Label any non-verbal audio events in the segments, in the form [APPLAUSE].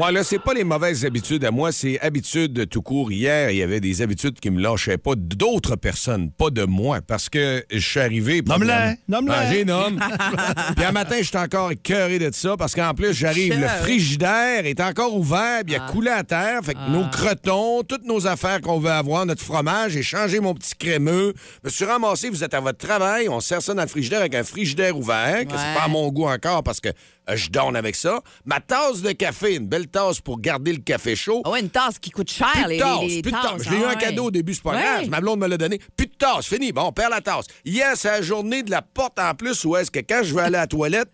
Ouais, là, c'est pas les mauvaises habitudes à moi, c'est habitudes tout court. Hier, il y avait des habitudes qui me lâchaient pas d'autres personnes, pas de moi, parce que je suis arrivé. Nomme-le, nomme-le. Ah, j'ai [LAUGHS] nomme. puis un matin, j'étais encore écœuré de ça, parce qu'en plus, j'arrive, le Chef. frigidaire est encore ouvert, puis il a coulé à terre. Fait que nos crotons, toutes nos affaires qu'on veut avoir, notre fromage, j'ai changé mon petit crémeux. Je me suis ramassé, vous êtes à votre travail, on sert ça dans le frigidaire avec un frigidaire ouvert, que c'est Ouais. pas à mon goût encore, parce que euh, je donne avec ça. Ma tasse de café, une belle tasse pour garder le café chaud. Ah ouais, une tasse qui coûte cher, Plus de les, tasse, les- les plus de tasses, tasse. Je l'ai eu ah un cadeau ouais. au début, c'est pas Ouais. grave. Ma blonde me l'a donné. Plus de tasse, fini. Bon, on perd la tasse. Hier, c'est la journée de la porte en plus où est-ce que quand je veux aller à la toilette,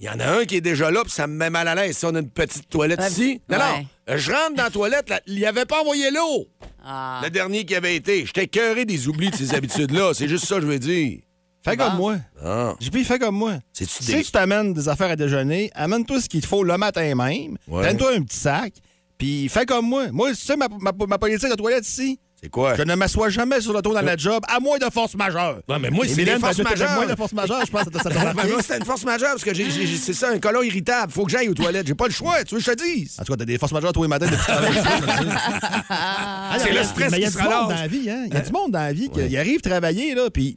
il y en a un qui est déjà là, puis ça me met mal à l'aise. Si on a une petite toilette Ouais, ici. Non, ouais. non. Je rentre dans la toilette, là, il n'y avait pas envoyé l'eau. Ah. Le dernier qui avait été. J'étais cœuré des oublis de ces habitudes-là. C'est juste ça que je veux dire. Fais comme moi. Ah. J'ai dit, fais comme moi. C'est-tu Si des- tu t'amènes des affaires à déjeuner, amène-toi ce qu'il te faut le matin même. Ouais. Donne-toi un petit sac. Puis fais comme moi. Moi, tu sais, ma, ma- ma politique de toilette ici, C'est quoi? je ne m'assois jamais sur le tour dans la job, à moins de force majeure. Ouais, mais moi, Et c'est des Mylène, forces t'as- t'as- t'as majeures. moins de force majeure, je pense que [LAUGHS] ça t'a- ça t'a Ah, ben, marqué. moi, c'était une force majeure parce que j'ai- j'ai- j'ai- c'est ça, un colon irritable. Faut que j'aille aux toilettes. J'ai pas le choix, tu veux que je te dise. En tout cas, t'as des forces majeures tous les matins depuis que tu travailles. C'est le stress Mais il y a qui se du monde dans relâche. la vie, hein? Il y a du monde dans la vie qui il arrive travailler, là, puis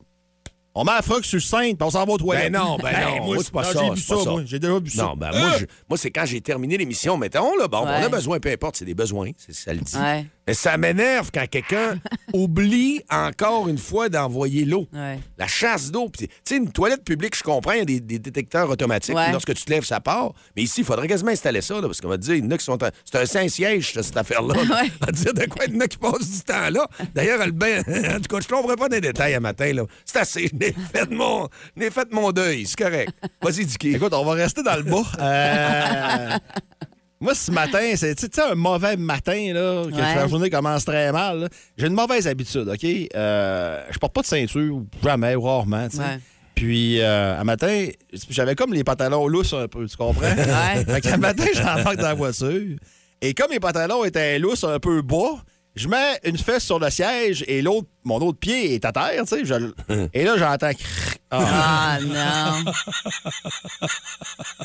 on met la froc sur le scène, puis on s'en va aux toilettes. Ben non, ben non, moi, c'est pas non, ça, J'ai vu c'est pas ça, ça. moi. J'ai déjà vu ça. Non, ben moi, je- moi, c'est quand j'ai terminé l'émission, mettons, là, bon, on a Ouais. besoin, peu importe, c'est des besoins, c'est ça le dit. Ouais. Mais ça m'énerve quand [LAUGHS] quelqu'un oublie encore une fois d'envoyer l'eau. Ouais. La chasse d'eau. Puis, Tu sais, une toilette publique, je comprends, il y a des, des détecteurs automatiques. Ouais. Puis Lorsque tu te lèves, ça part. Mais ici, il faudrait quasiment installer ça, là, parce qu'on va te dire, il y en a qui sont. en- C'est un Saint-Siège, ça, cette affaire-là. [LAUGHS] On va te dire de quoi il y en a qui passent du temps là. D'ailleurs, le bain. [LAUGHS] En tout cas, je tomberai pas dans les détails à matin, là. C'est assez. Je n'ai fait, de mon... je n'ai fait de mon deuil, c'est correct. Vas-y, Dicky. Écoute, on va rester dans le bas. Euh, Moi, ce matin, c'est tu sais, un mauvais matin, là, que Ouais. la journée commence très mal. là. J'ai une mauvaise habitude, OK? Euh, je porte pas de ceinture, ou jamais, ou rarement, tu sais. Ouais. Puis, euh, un matin, j'avais comme les pantalons lousses un peu, tu comprends? [LAUGHS] Ouais. [LAUGHS] Fait qu'un matin, j'embarque dans la voiture. Et comme les pantalons étaient lousses, un peu bas, je mets une fesse sur le siège et l'autre, mon autre pied est à terre, tu [LAUGHS] sais. je- Et là, j'entends... crrr. Ah. Ah non. [LAUGHS]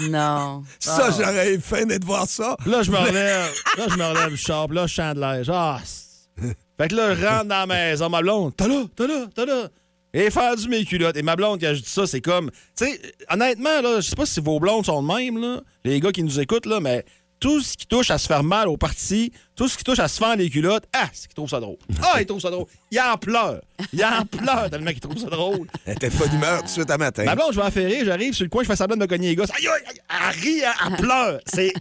non. Ah. Ça, j'aurais eu faim d'être voir ça. Là, je me relève. Là, je me relève du char. puis Là, je chante de l'air. Ah, c'est- fait que là, je rentre dans la maison. Ma blonde, t'as là, t'as là, t'as là. Et fendu mes culottes. Et ma blonde, quand je dis ça, c'est comme. Tu sais, honnêtement, là, je sais pas si vos blondes sont de même, là, les gars qui nous écoutent, là, mais tout ce qui touche à se faire mal au parti, tout ce qui touche à se faire les culottes, ah, c'est qu'ils trouvent ça drôle. Ah, ils trouvent ça drôle. Ils en pleurent. Ils en pleurent tellement qu'ils trouvent ça drôle. Elle était pas d'humeur tout de suite à matin. Ma blonde, je vais en ferrer, j'arrive sur le coin, je fais semblant de me cogner les gosses. Aïe, aïe, aïe, elle rit, elle, Ah. elle pleure. C'est,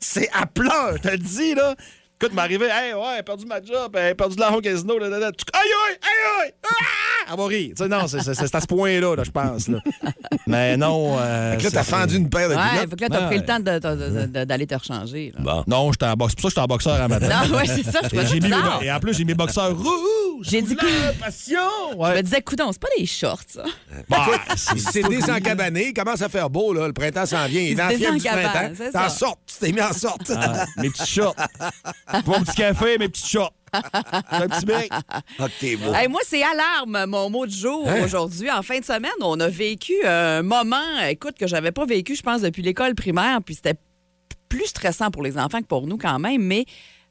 c'est, elle pleure, je te le dis, là. Écoute, m'est arrivé, hey, ouais, elle a perdu ma job, elle a perdu de l'argent au casino, là, là, là. Tu- Aïe, aïe, aïe, aïe, ah! Elle va rire. Tu sais, non, c'est, c'est- c'est à ce point-là, là, je pense, là. Mais non. euh, Fait que là, t'as c'est- fendu une paire de Ouais, culottes. fait que là, t'as pris Ouais. le temps de- de- de- de- d'aller te rechanger. là. Non, j'étais en boxe. C'est pour ça que j'étais en boxeur à matin. Non, ouais, c'est ça, je Et, trouvais ça j'ai mis bizarre. mes- et en plus, j'ai mes boxeurs rouges. J'ai dit que. Passion! Je me Ouais. disais, coudon, c'est pas des shorts, ça. Bah, Il s'est désencabané, il commence à faire beau, là. Le printemps s'en vient. Il est se dans la fièvre du désencabane, printemps. c'est ça. T'en sortes, tu t'es mis en sorte. [LAUGHS] Ah, mes petits chats. Mon petit café, mes petits chats. Un petit mec. Ah, que t'es beau. Hey, moi, c'est alarme, mon mot du jour Hein? aujourd'hui. En fin de semaine, on a vécu euh, un moment, écoute, que j'avais pas vécu, je pense, depuis l'école primaire. Puis c'était p- plus stressant pour les enfants que pour nous quand même, mais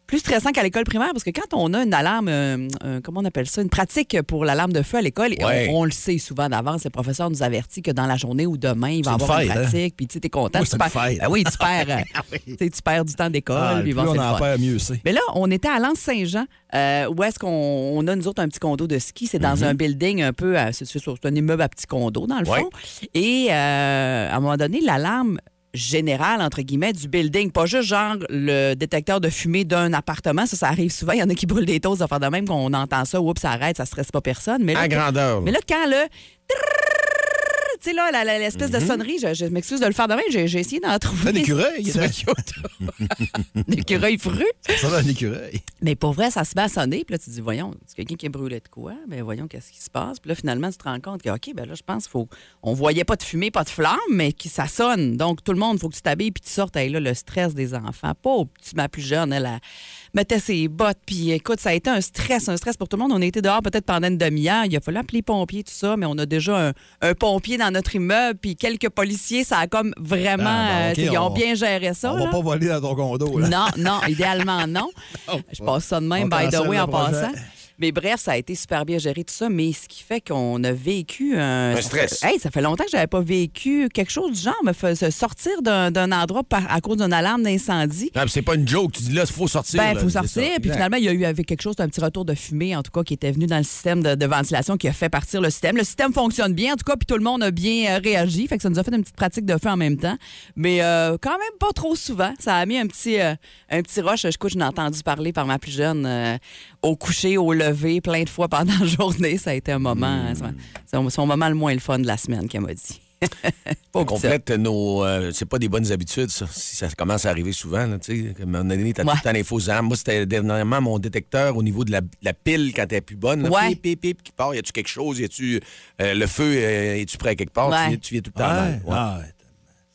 plus stressant qu'à l'école primaire parce que quand on a une alarme, euh, euh, comment on appelle ça, une pratique pour l'alarme de feu à l'école, et Ouais. on, on le sait souvent d'avance, le professeur nous avertit que dans la journée ou demain, il va C'est une avoir une fête, hein? pratique. Puis tu sais, t'es content. Oui, tu c'est une perds- fête. Ben oui, tu [LAUGHS] perds, euh, tu sais, tu perds du temps d'école. Ah, puis plus bon, c'est on le en fun. perd, mieux c'est. Mais là, on était à Lens-Saint-Jean, euh, où est-ce qu'on on a, nous autres, un petit condo de ski. C'est Mhm. dans un building un peu, à- c'est c'est- c'est un immeuble à petit condo, dans le Ouais. fond. Et euh, à un moment donné, l'alarme générale, entre guillemets, du building, pas juste genre le détecteur de fumée d'un appartement, ça, ça arrive souvent. Il y en a qui brûlent des toasts, enfin de même Ah, qu'on entend ça, oups, ça arrête, ça stresse pas personne. Mais là, À grandeur. là. mais là, quand le tu sais, là, la- la- l'espèce de sonnerie, je, je m'excuse de le faire de même, j'ai j'ai essayé d'en [LAUGHS] trouver. Mhm. Un écureuil, il sur était- Kyoto. un écureuil fru. Ça donne un écureuil. Mais pour vrai, ça se met à sonner. Puis là, tu te dis, voyons, c'est quelqu'un qui est brûlé de quoi? Ben voyons, qu'est-ce qui se passe? Puis là, finalement, tu te rends compte que, OK, ben là, je pense faut. On voyait pas de fumée, pas de flamme, mais qui ça sonne. Donc, tout le monde, faut que tu t'habilles puis tu sortes. Hey, là, le stress des enfants. Pauvre, petite, ma plus jeune, elle, elle mettait ses bottes. Puis écoute, ça a été un stress, un stress pour tout le monde. On a été dehors peut-être pendant une demi-heure. Il a fallu appeler les pompiers, tout ça, mais on a déjà un, un pompier dans notre immeuble, puis quelques policiers. Ça a comme vraiment. Ah, ben, euh, OK, ils ont on- bien géré ça. On va là. pas voler dans ton condo, là. Oh, Non, non, idéalement [LAUGHS] non. Je passe ça de même, On by the cancelle way, le en projet. passant. Mais bref, ça a été super bien géré tout ça, mais ce qui fait qu'on a vécu un, Un stress. Hey, ça fait longtemps que j'avais pas vécu quelque chose du genre, me fa- se sortir d'un d'un endroit par- à cause d'une alarme d'incendie. Ah, puis c'est pas une joke. Tu dis là, il faut sortir. Ben, il là. faut C'est ça. sortir. Puis Exact. finalement, il y a eu avec quelque chose d'un petit retour de fumée, en tout cas, qui était venu dans le système de, de ventilation, qui a fait partir le système. Le système fonctionne bien, en tout cas, puis tout le monde a bien euh, réagi. Fait que ça nous a fait une petite pratique de feu en même temps. Mais euh, quand même pas trop souvent. Ça a mis un petit, euh, un petit rush. Je crois que je n'ai entendu parler par ma plus jeune euh, au coucher, au lever, plein de fois pendant la [LAUGHS] journée. Ça a été un moment, Hmm. euh, son, son moment le moins le fun de la semaine, qu'elle m'a dit. Pas On au petit. complète nos. euh, c'est pas des bonnes habitudes, ça. Si ça commence à arriver souvent, là, tu sais. Comme on a donné, t'as Ouais. tout le temps les fausses armes. Moi, c'était dernièrement mon détecteur au niveau de la, la pile quand elle est plus bonne. là. Ouais. Pip, pip, pip, qui part. Y a-tu quelque chose? Y a-tu. euh, le feu, euh, es-tu prêt à quelque part? Ouais. Tu, viens- tu viens tout le temps en Ouais. l'air. Ouais.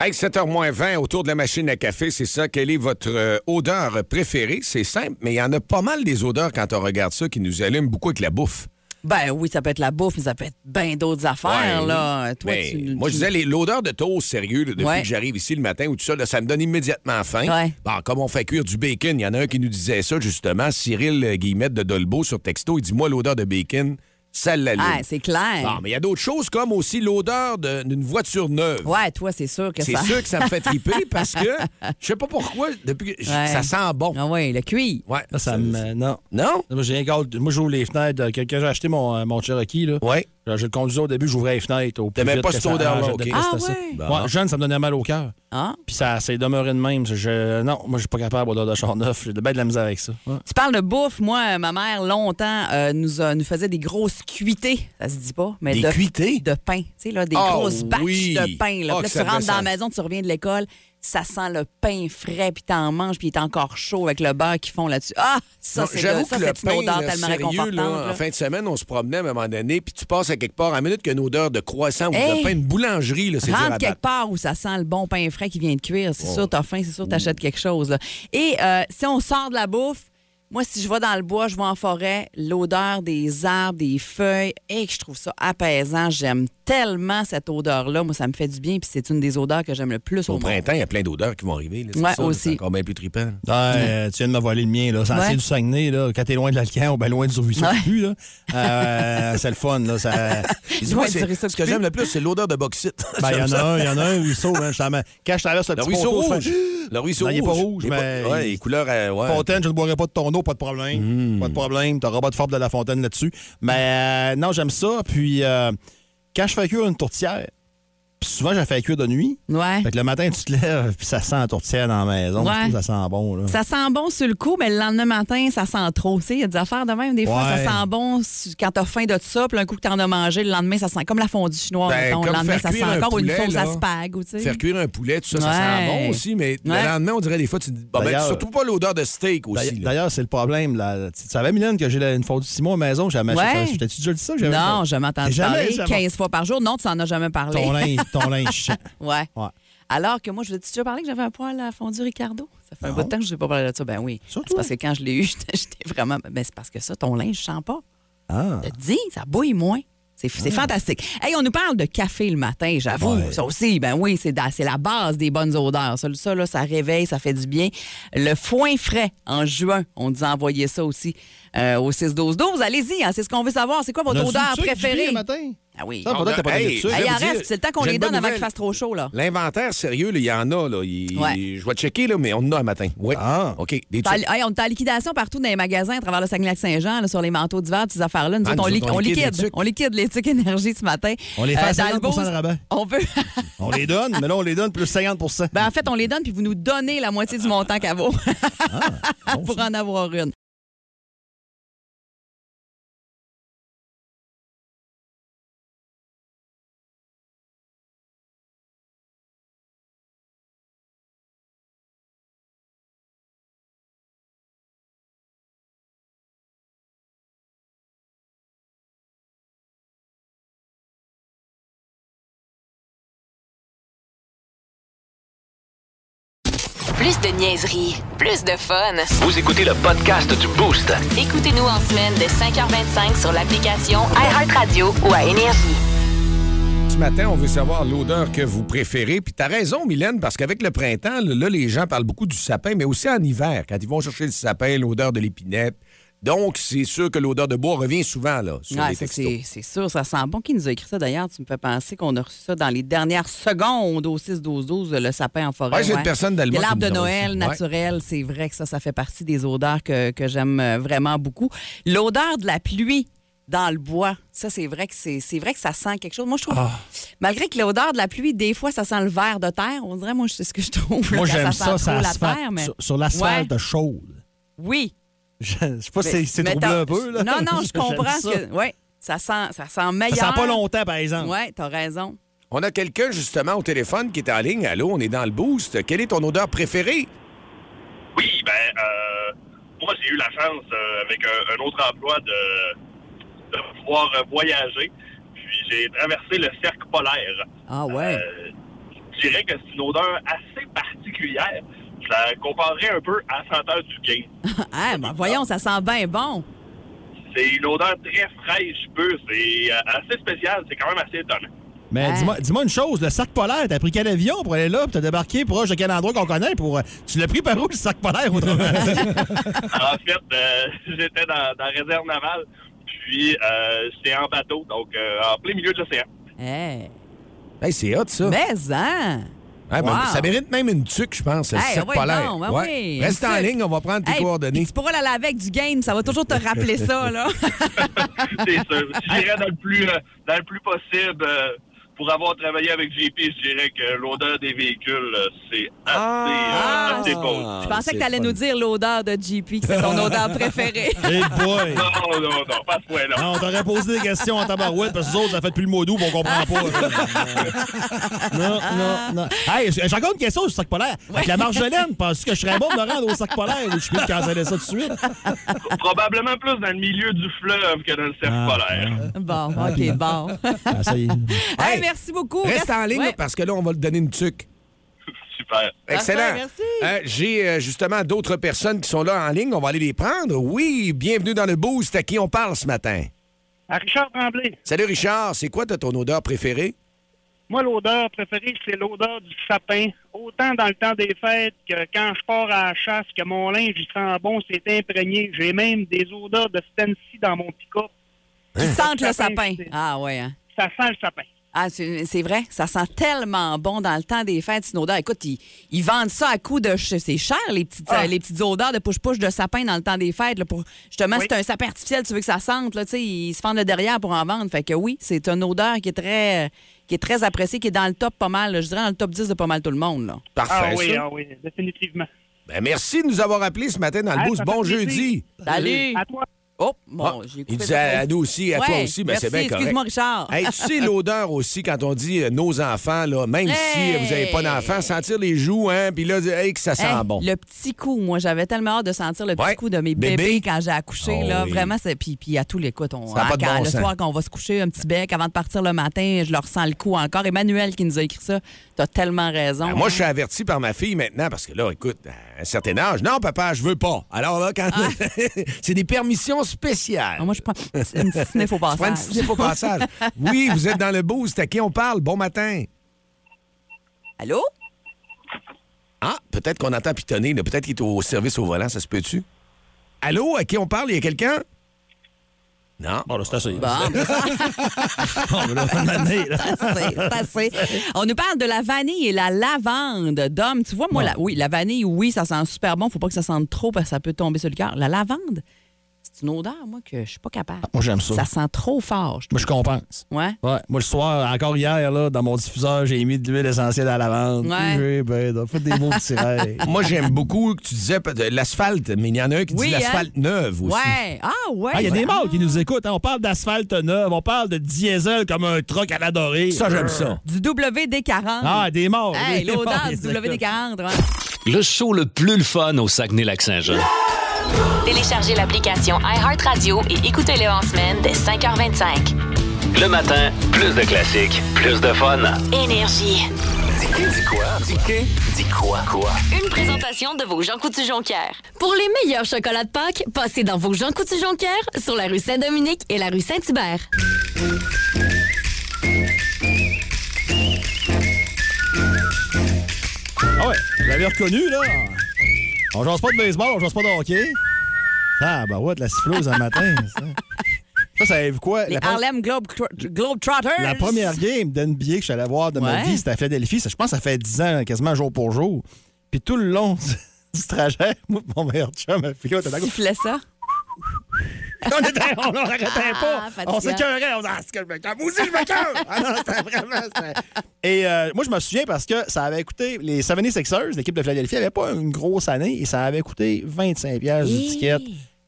Hey, 7h moins 20, autour de la machine à café, c'est ça. Quelle est votre euh, odeur préférée? C'est simple, mais il y en a pas mal des odeurs quand on regarde ça qui nous allument beaucoup avec la bouffe. Ben oui, ça peut être la bouffe, mais ça peut être bien d'autres affaires, Ouais. là. Toi, Mais tu- moi, je tu- disais, les- l'odeur de toast, sérieux, là, depuis Ouais. que j'arrive ici le matin ou tout ça, là, ça me donne immédiatement faim. Ouais. Bon, comme on fait cuire du bacon, il y en a un qui nous disait ça, justement. Cyril euh, Guillemette de Dolbeau sur texto, il dit Moi, l'odeur de bacon, ça l'allume. Ah, c'est clair. Bon, mais il y a d'autres choses comme aussi l'odeur de- d'une voiture neuve. Ouais, toi, c'est sûr que C'est ça. sûr que ça [LAUGHS] me fait triper parce que je sais pas pourquoi, depuis que j- Ouais. ça sent bon. Ah oui, le cuit. Ouais, Ça, ça me. Non. Non? Moi, j'ai un gars- Moi, j'ouvre les fenêtres. euh, Quelqu'un, j'ai acheté mon, euh, mon Cherokee, là. Ouais. Je, je le conduisais au début, j'ouvrais les fenêtres. au plus T'aimais vite pas que cette ça- odeur-là, Ah, je ok. détestais Ah ça. ouais? Bon. Ouais, jeune, ça me donnait mal au cœur. Ah. Puis ça s'est demeuré de même. Je, non, moi, je suis pas capable de de char neuf. J'ai de ben de la misère avec ça. Ouais. Tu parles de bouffe. Moi, euh, ma mère, longtemps, euh, nous, a- nous faisait des grosses cuitées. Ça se dit pas, mais Des de, cuitées? de pain. Tu sais, là, des Ah, grosses batches oui. de pain. Là. Ah, Puis là, que tu ça rentres dans la descend. maison, tu reviens de l'école, ça sent le pain frais, puis t'en manges, puis il est encore chaud avec le beurre qu'ils font là-dessus. Ah, ça, Non, c'est j'avoue le- ça, que le c'est une odeur pain, là, tellement sérieux, réconfortante. là, là. en fin de semaine, on se promenait à un moment donné, puis tu passes à quelque part, à la minute qu'il y a une odeur de croissant ou Hey! de pain, une boulangerie, là, c'est dur à Rentre quelque battre. part où ça sent le bon pain frais qui vient de cuire. C'est sûr, t'as faim, c'est sûr, t'achètes quelque chose. là. Et euh, si on sort de la bouffe, moi, si je vais dans le bois, je vais en forêt, l'odeur des arbres, des feuilles, et que je trouve ça apaisant. J'aime tellement cette odeur-là. Moi, ça me fait du bien, puis c'est une des odeurs que j'aime le plus au, Au monde. printemps, il y a plein d'odeurs qui vont arriver. là, c'est Ouais, ça, là, aussi. C'est encore bien plus trippant. Ah, euh, tu viens de me voler le mien, là. Sentier Ouais. du Saguenay, là. Quand t'es loin de l'Alcan ou bien loin du ruisseau Ouais. qui pue, là. Euh, c'est le fun, là. [LAUGHS] Ça... Dis-moi, dois c'est- durer ça ce que plus. j'aime le plus, c'est l'odeur de bauxite. [LAUGHS] Ben, il y J'aime en ça. a un, il y en a un, ruisseau, hein, justement. Quand je traverse le Le petit ruisseau ponto, je fais- rouge. Le ruisseau Non, il est pas rouge, Il est mais- ouais, les couleurs. euh, ouais. Fontaine, je ne boirai pas de ton eau, pas de problème. Hmm. Pas de problème. T'auras pas de forme de la fontaine là-dessus. Mais euh, non, j'aime ça. Puis euh, quand je fais cuire une tourtière, puis souvent je la fais cuire de nuit. Ouais. Fait que le matin, tu te lèves, puis ça sent la tourtière dans la maison. Ouais. Je trouve que ça sent bon. Là. Ça sent bon sur le coup, mais le lendemain matin, ça sent trop. Tu sais, Il y a des affaires de même. Des fois, Ouais. ça sent bon su- quand t'as faim de tout ça, puis un coup que t'en as mangé, le lendemain, ça sent comme la fondue chinoise. Ben, mettons. le comme lendemain, faire ça sent cuire un encore une poulet, sauce à là. spag. ou tu sais. Faire cuire un poulet, tout ça, ça sent Ouais. bon aussi, mais Ouais. le lendemain, on dirait des fois, tu te dis, bon, ben, D'ailleurs- surtout pas l'odeur de steak aussi. D'ailleurs- là. D'ailleurs, c'est le problème. Là. Tu tu savais, Mylène, que j'ai la- une fondue Simon à la maison? J'avais Ouais. acheté- Je t'ai-tu déjà dit ça? J'avais- Non, jamais entendu Jamais, parler. jamais. 15 fois par jour. Non, tu n'en as jamais parlé. Ton linge, ton linge chiant. [LAUGHS] Ouais. Ouais. Alors que moi, je l'ai déjà parlé que j'avais un poil à fondu Ricardo. Ça fait un bout de temps que je n'ai pas parlé de ça. Ben oui. Surtout. C'est parce que quand je l'ai eu, [LAUGHS] j'étais j'étais vraiment. Ben c'est parce que ça, ton linge, je sens pas. Ah. Je te dis, ça bouille moins. C'est c'est fantastique. Hey, on nous parle de café le matin, j'avoue. Ouais. Ça aussi, ben oui, c'est da- c'est la base des bonnes odeurs. Ça, ça, là, ça réveille, ça fait du bien. Le foin frais en juin, on nous a envoyé ça aussi euh, au 6-12-12. Allez-y, hein, c'est ce qu'on veut savoir. C'est quoi votre On a du odeur sucre, du riz préférée? le matin? Ah oui. Ça, pourtant, t'as pas Hey, d'habitude. Ah, il en vous dire, reste, c'est le temps qu'on j'ai les une donne bonne avant nouvelle. qu'il fasse trop chaud, là. L'inventaire, sérieux, là, il y en a. Là. Il- Ouais. Je vais checker, là, mais on en a un matin. Ouais. Ah. OK. Des T'as- hey, on est en liquidation partout dans les magasins à travers le Saguenay-Lac-Saint-Jean, là, sur les manteaux d'hiver, toutes ces affaires-là. Nous Ah, autres, on, nous li- autres, on on liquide liquide. les tucs. on liquide les trucs énergie ce matin. On les fait à Euh, dans le 50% de Beauce, rabais. On veut. [LAUGHS] On les donne, mais là, on les donne plus 50 Ben, en fait, on les donne, puis vous nous donnez la moitié du montant qu'à vaut bon, [LAUGHS] pour en avoir une. Plus de niaiserie, plus de fun. Vous écoutez le podcast du Boost. Écoutez-nous en semaine de 5h25 sur l'application iHeartRadio ou à Énergie. Ce matin, on veut savoir l'odeur que vous préférez. Puis t'as raison, Mylène, parce qu'avec le printemps, là, là, les gens parlent beaucoup du sapin, mais aussi en hiver, quand ils vont chercher le sapin, l'odeur de l'épinette. Donc, c'est sûr que l'odeur de bois revient souvent, là, sur Ouais, les ça, textos. c'est c'est sûr, ça sent bon. Qui nous a écrit ça d'ailleurs? Tu me fais penser qu'on a reçu ça dans les dernières secondes au 6-12-12, le sapin en forêt. Ouais, j'ai une personne Il d'Allemagne y a qui L'arbre de nous a Noël reçu. naturel, c'est vrai que ça, ça fait partie des odeurs que, que j'aime euh, vraiment beaucoup. L'odeur de la pluie dans le bois, ça, c'est vrai que c'est c'est vrai que ça sent quelque chose. Moi, je trouve, Ah. malgré que l'odeur de la pluie, des fois, ça sent le verre de terre. On dirait, moi, c'est ce que je trouve. là, Moi, quand j'aime sent ça, trop ça la asphalte- terre, mais- sur, sur l'asphalte Ouais. chaude. [LAUGHS] Oui, Je, je sais pas si mais- c'est- c'est mais troublé t'as- un peu. Là. Non, [LAUGHS] non, je J'aime comprends. Ça. ce que- ouais, ça sent, ça sent meilleur. ça sent pas longtemps, par exemple. Oui, t'as raison. On a quelqu'un, justement, au téléphone qui est en ligne. Allô, on est dans le boost. Quelle est ton odeur préférée? Oui, ben, euh, moi, j'ai eu la chance, euh, avec un, un autre emploi, de, de pouvoir euh, voyager. Puis j'ai traversé le cercle polaire. Ah ouais. [LAUGHS] Euh, je dirais que c'est une odeur assez particulière. Je la comparerais un peu à la senteur du gain. ah, ben voyons, ça sent bien bon. C'est une odeur très fraîche, peu. C'est euh, assez spécial. C'est quand même assez étonnant. Mais Ouais. dis-moi dis-moi une chose, le sac polaire, t'as pris quel avion pour aller là, puis t'as débarqué proche de quel endroit qu'on connaît pour. euh, Tu l'as pris par où le sac polaire autrement? en fait, euh, [LAUGHS] j'étais dans, dans la réserve navale. Puis euh, j'étais en bateau, donc euh, en plein milieu de l'océan. Hey, Hey, c'est hot, ça. Eh, mais hein? Ouais, ben, Wow. Ça mérite même une tuque, je pense, le Hey, sac ouais, polaire. donc, ben Ouais. oui, Reste une en tuque. ligne, on va prendre tes Hey, coordonnées. puis Tu pourras l'aller avec du game, ça va toujours te rappeler ça, [LAUGHS] là. C'est sûr. Je dirais dans le plus, euh, dans le plus possible, euh, pour avoir travaillé avec JP, je dirais que l'odeur des véhicules, euh, c'est assez, Ah! euh, assez bon. Ah, Je pensais Ah, c'est que t'allais fun. nous dire l'odeur de JP, que c'est [LAUGHS] ton odeur préférée. [LAUGHS] [LAUGHS] hey boy! Non, non, non, pas ce point-là. Non, on t'aurait posé des questions en tabarouette parce que les autres, ça fait plus le mot doux, puis on comprend [LAUGHS] pas. non, non, non. Hey, j'ai j'ai encore une question sur le sac polaire. Avec la marjolaine, penses-tu que je serais bon de me rendre au sac polaire ou je peux te canceller ça tout de suite? Probablement plus dans le milieu du fleuve que dans le cercle Ah, polaire. Bon, OK, bon. [LAUGHS] Ah, ça y est. Hey, Hey, merci beaucoup. Reste en ligne, là, ouais. parce que là, on va te donner une tuque. [LAUGHS] Super. Excellent. Parfait, merci. Euh, J'ai euh, justement d'autres personnes qui sont là en ligne. On va aller les prendre. Oui, bienvenue dans le boost. À qui on parle ce matin? À Richard Tremblay, Salut Richard, c'est quoi t'as ton odeur préférée? moi, l'odeur préférée, c'est l'odeur du sapin. Autant dans le temps des fêtes que quand je pars à la chasse, que mon linge, il sent bon, c'est imprégné. J'ai même des odeurs de Stancy dans mon pick-up. Ils sentent le sapin. Sapin, Ah ouais, hein. Ça sent le sapin. Ah, c'est c'est vrai, ça sent tellement bon dans le temps des fêtes, c'est une odeur. Écoute, ils, ils vendent ça à coups de. ch- C'est cher, les petites, Ah. euh, les petites odeurs de push-push de sapin dans le temps des fêtes. là, pour, justement, Oui. c'est un sapin artificiel, tu veux que ça sente, là, tu sais, ils se fendent le derrière pour en vendre. Fait que oui, c'est une odeur qui est très, qui est très appréciée, qui est dans le top pas mal, là, je dirais dans le top 10 de pas mal tout le monde. Là. Parfait. Ah oui, ça. ah oui, définitivement. Ben, merci de nous avoir appelés ce matin dans le Ah, boost. ça fait Bon plaisir. jeudi. Salut! À toi. Oh, Ah, bon, j'ai coupé. il dit ça. à, à nous aussi, à toi Ouais, aussi, mais c'est merci, bien correct. Excuse-moi, Richard. Hey, tu sais l'odeur aussi quand on dit euh, nos enfants, là, même si euh, vous n'avez pas d'enfants, Hey. sentir les joues, hein, puis là, dire, hey, que ça sent Hey, bon. Le petit coup, moi, j'avais tellement hâte de sentir le petit Ouais. coup de mes Bébé. bébés quand j'ai accouché. Oh là, oui. Vraiment, c'est. Puis, puis à tous les coups, on, Ça a pas de quand- bon le sens. soir, quand on va se coucher, un petit bec avant de partir le matin, je leur sens le coup encore. Emmanuel qui nous a écrit ça, t'as tellement raison. Ben, moi, je suis averti par ma fille maintenant parce que là, écoute, à un certain âge, non, papa, je veux pas. Alors là, quand. [LAUGHS] c'est des permissions spéciales. Ah, moi, je prends une [LAUGHS] petite sniff au Tu prends une passage. sniff [LAUGHS] au passage. Oui, vous êtes dans le boost. À qui on parle? Bon matin. Allô? Ah, peut-être qu'on entend pitonner. là. Peut-être qu'il est au service au volant. Ça se peut-tu? Allô, à qui on parle? Il y a quelqu'un? Non. Bon, là, c'est assez. Bon, ben, Bon, là, on en est, là. c'est assez, c'est assez. On nous parle de la vanille et la lavande. Dom, tu vois, moi, la- oui, la vanille, oui, ça sent super bon. Faut pas que ça sente trop parce que ça peut tomber sur le cœur. La lavande, c'est une odeur, moi, que je suis pas capable. moi, j'aime ça. Ça sent trop fort, je Moi, je compense. trouve. Ouais. Ouais, moi le soir, encore hier, là, dans mon diffuseur, j'ai mis de l'huile essentielle à la lavande. Ouais. Oui, ben, donc, faites des beaux petits [LAUGHS] rêves. [LAUGHS] Moi, j'aime beaucoup que tu disais peut- de l'asphalte, mais il y en a un qui dit Oui, hein? l'asphalte neuve aussi. Ouais. Ah, ouais. Ah, il y a des ouais. morts qui nous écoutent. hein. On parle d'asphalte neuve, on parle de diesel comme un truck à l'adorer. Ça, j'aime ça. Du WD-40. Ah, des morts. Hey, [LAUGHS] des l'odeur morts, du des écoutes. WD-40. ouais. Le show le plus le fun au Saguenay-Lac-Saint-Jean. Téléchargez l'application iHeartRadio et écoutez-le en semaine dès 5h25. Le matin, plus de classiques, plus de fun. Énergie. Dis quoi? Dis Dis quoi? Quoi? Une présentation de vos Jean Coutu Jonquière. Pour les meilleurs chocolats de Pâques, passez dans vos Jean Coutu Jonquière sur la rue Saint-Dominique et la rue Saint-Hubert. Ah ouais, vous l'avez reconnu, là. On jase pas de baseball, on jase pas de hockey. Ah, bah ouais, de la siffleuse [LAUGHS] un matin, ça. Ça, ça arrive quoi? Les La pre- Harlem Globe Globetrotters. La première game d'NBA que je suis allé voir de ma Ouais. vie, c'était à Philadelphie. Ça, Je pense que ça fait 10 ans, hein, quasiment jour pour jour. Puis tout le long du, [LAUGHS] du trajet, moi, mon meilleur chum, ma fille, on [LAUGHS] était d'accord. Sifflait ça. On était- on n'en arrêtait Ah, pas. On fatigant. s'écœurait. On disait, ah, c'est que je me calme. Moi aussi, je me calme. Ah non, c'était vraiment. c'était- Et euh, moi, je me souviens parce que ça avait coûté. Les 76 Sixers, l'équipe de Philadelphie, n'avait pas une grosse année et ça avait coûté 25$ piastres du ticket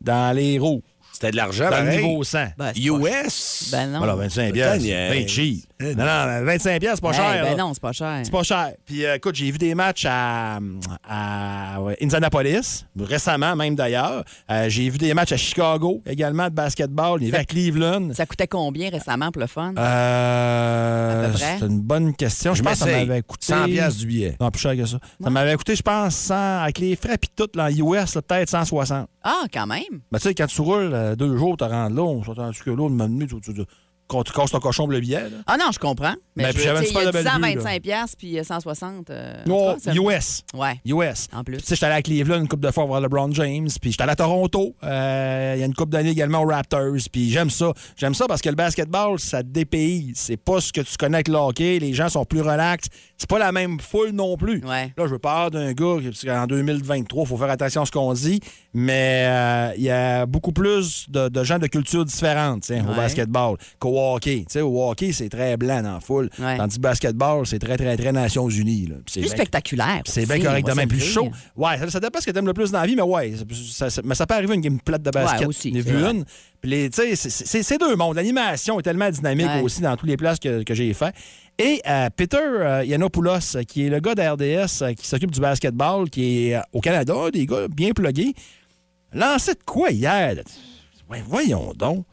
dans les roues. [LAUGHS] C'était de l'argent, Dans Ah, le pareil. niveau 100. Ben, c'est pas US. cher. Ben non. Voilà, 25$. piastres, Daniel. Ben cheap. Non, non, mais 25$, piastres, c'est pas Ben, cher. ben là. non, c'est pas cher. C'est pas cher. Puis euh, écoute, j'ai vu des matchs à, à, ouais, Indianapolis, récemment même d'ailleurs. Euh, j'ai vu des matchs à Chicago également de basketball. J'ai vu à Cleveland. Ça coûtait combien récemment pour le fun? Euh, À peu près? c'est une bonne question. Je, Je pense que ça m'essaye. m'avait coûté. 100 piastres du billet. Non, plus cher que ça. Ça m'avait coûté, je pense, 100, avec les frais puis tout, là, en US, là, peut-être 160. Ah, quand même. Mais tu sais, quand tu roules euh, deux jours, tu rentres là, on s'attend à ce que l'autre m'a tu, tu, tu, quand tu casses ton cochon pour le billet. là. Ah non, je comprends. Mais, Ben, je puis veux dire, j'avais il une y super a belle 10 ans, vue, là. 25 piastres, puis euh, 160. euh, Oh, en tout cas, ça- US. Ouais. US. En plus. Puis, tu sais, j'étais allé à Cleveland une coupe de fois voir LeBron James. Puis j'étais allé à Toronto. euh, Il y a une coupe d'années également aux Raptors. Puis j'aime ça. J'aime ça parce que le basketball, ça te dépayse. C'est pas ce que tu connais avec le hockey. Les gens sont plus relax. C'est pas la même foule non plus. Ouais. Là, je veux pas avoir d'un gars qui, en 2023, faut faire attention à ce qu'on dit. Mais euh, il y a beaucoup plus de, de gens de cultures différentes tiens, au Ouais. basketball qu'au hockey. Tu sais, au hockey, c'est très blanc dans la foule. Ouais. Tandis que basketball, c'est très, très, très Nations Unies. là. Puis c'est Plus bien- spectaculaire. c'est aussi, bien on va correct de se même. le Plus dire. chaud. Ouais, ça, ça dépend ce que t'aimes le plus dans la vie, mais ouais. Ça, ça- mais ça peut arriver une game plate de basket. Ouais, aussi, J'ai c'est vu vrai. une. Puis, les- tu sais, c'est- c'est c'est deux mondes. L'animation est tellement dynamique Ouais. aussi dans tous les places que, que j'ai fait. Et euh, Peter euh, Yiannopoulos, euh, qui est le gars d'RDS euh, qui s'occupe du basketball, qui est euh, au Canada, un des gars bien plugués, lançait de quoi hier? là? Ouais, voyons donc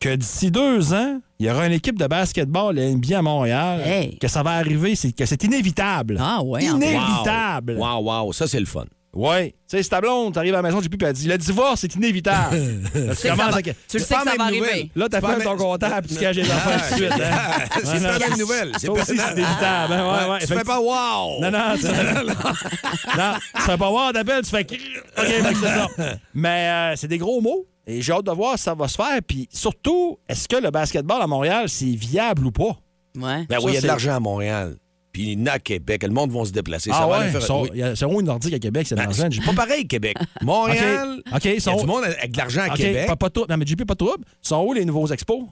que d'ici deux ans, il y aura une équipe de basketball à NBA à Montréal, Hey. que ça va arriver, c'est que c'est inévitable. Ah ouais, en plus. Inévitable. Wow, wow, ça, c'est le fun. Ouais. Tu sais, si ta blonde, t'arrives à la maison, j'ai plus, puis elle dit le divorce, c'est inévitable. Là, tu sais que ça commences va- à- tu le c'est sais pas que la ça même va nouvelle. arriver. Là, t'appelles ton comptable, puis tu caches les affaires tout de suite. hein. [LAUGHS] C'est non. pas la même nouvelle. C'est Toi pas- aussi, c'est inévitable. hein. Ouais, ouais. Tu Fait que fais pas wow. non, non, tu [LAUGHS] non, tu fais pas voir d'appel, tu fais. OK, fait que c'est ça. Mais euh, c'est des gros mots. Et j'ai hâte de voir si ça va se faire. Puis surtout, est-ce que le basketball à Montréal, c'est viable ou pas? Ouais. Ben oui, il y a c'est- de l'argent à Montréal. Puis il y en a à Québec. Le monde va se déplacer. ça va Ah ouais, aller faire... ils sont- oui. il y a- C'est où nordique à Québec? C'est dans Ben, le c'est jeune, j'ai pas pareil, [LAUGHS] Québec. Montréal, OK, ils il y sont- a du monde avec de l'argent à OK, Québec. Pas, pas tout. Non, mais JP, pas de trouble. Sont où les nouveaux expos?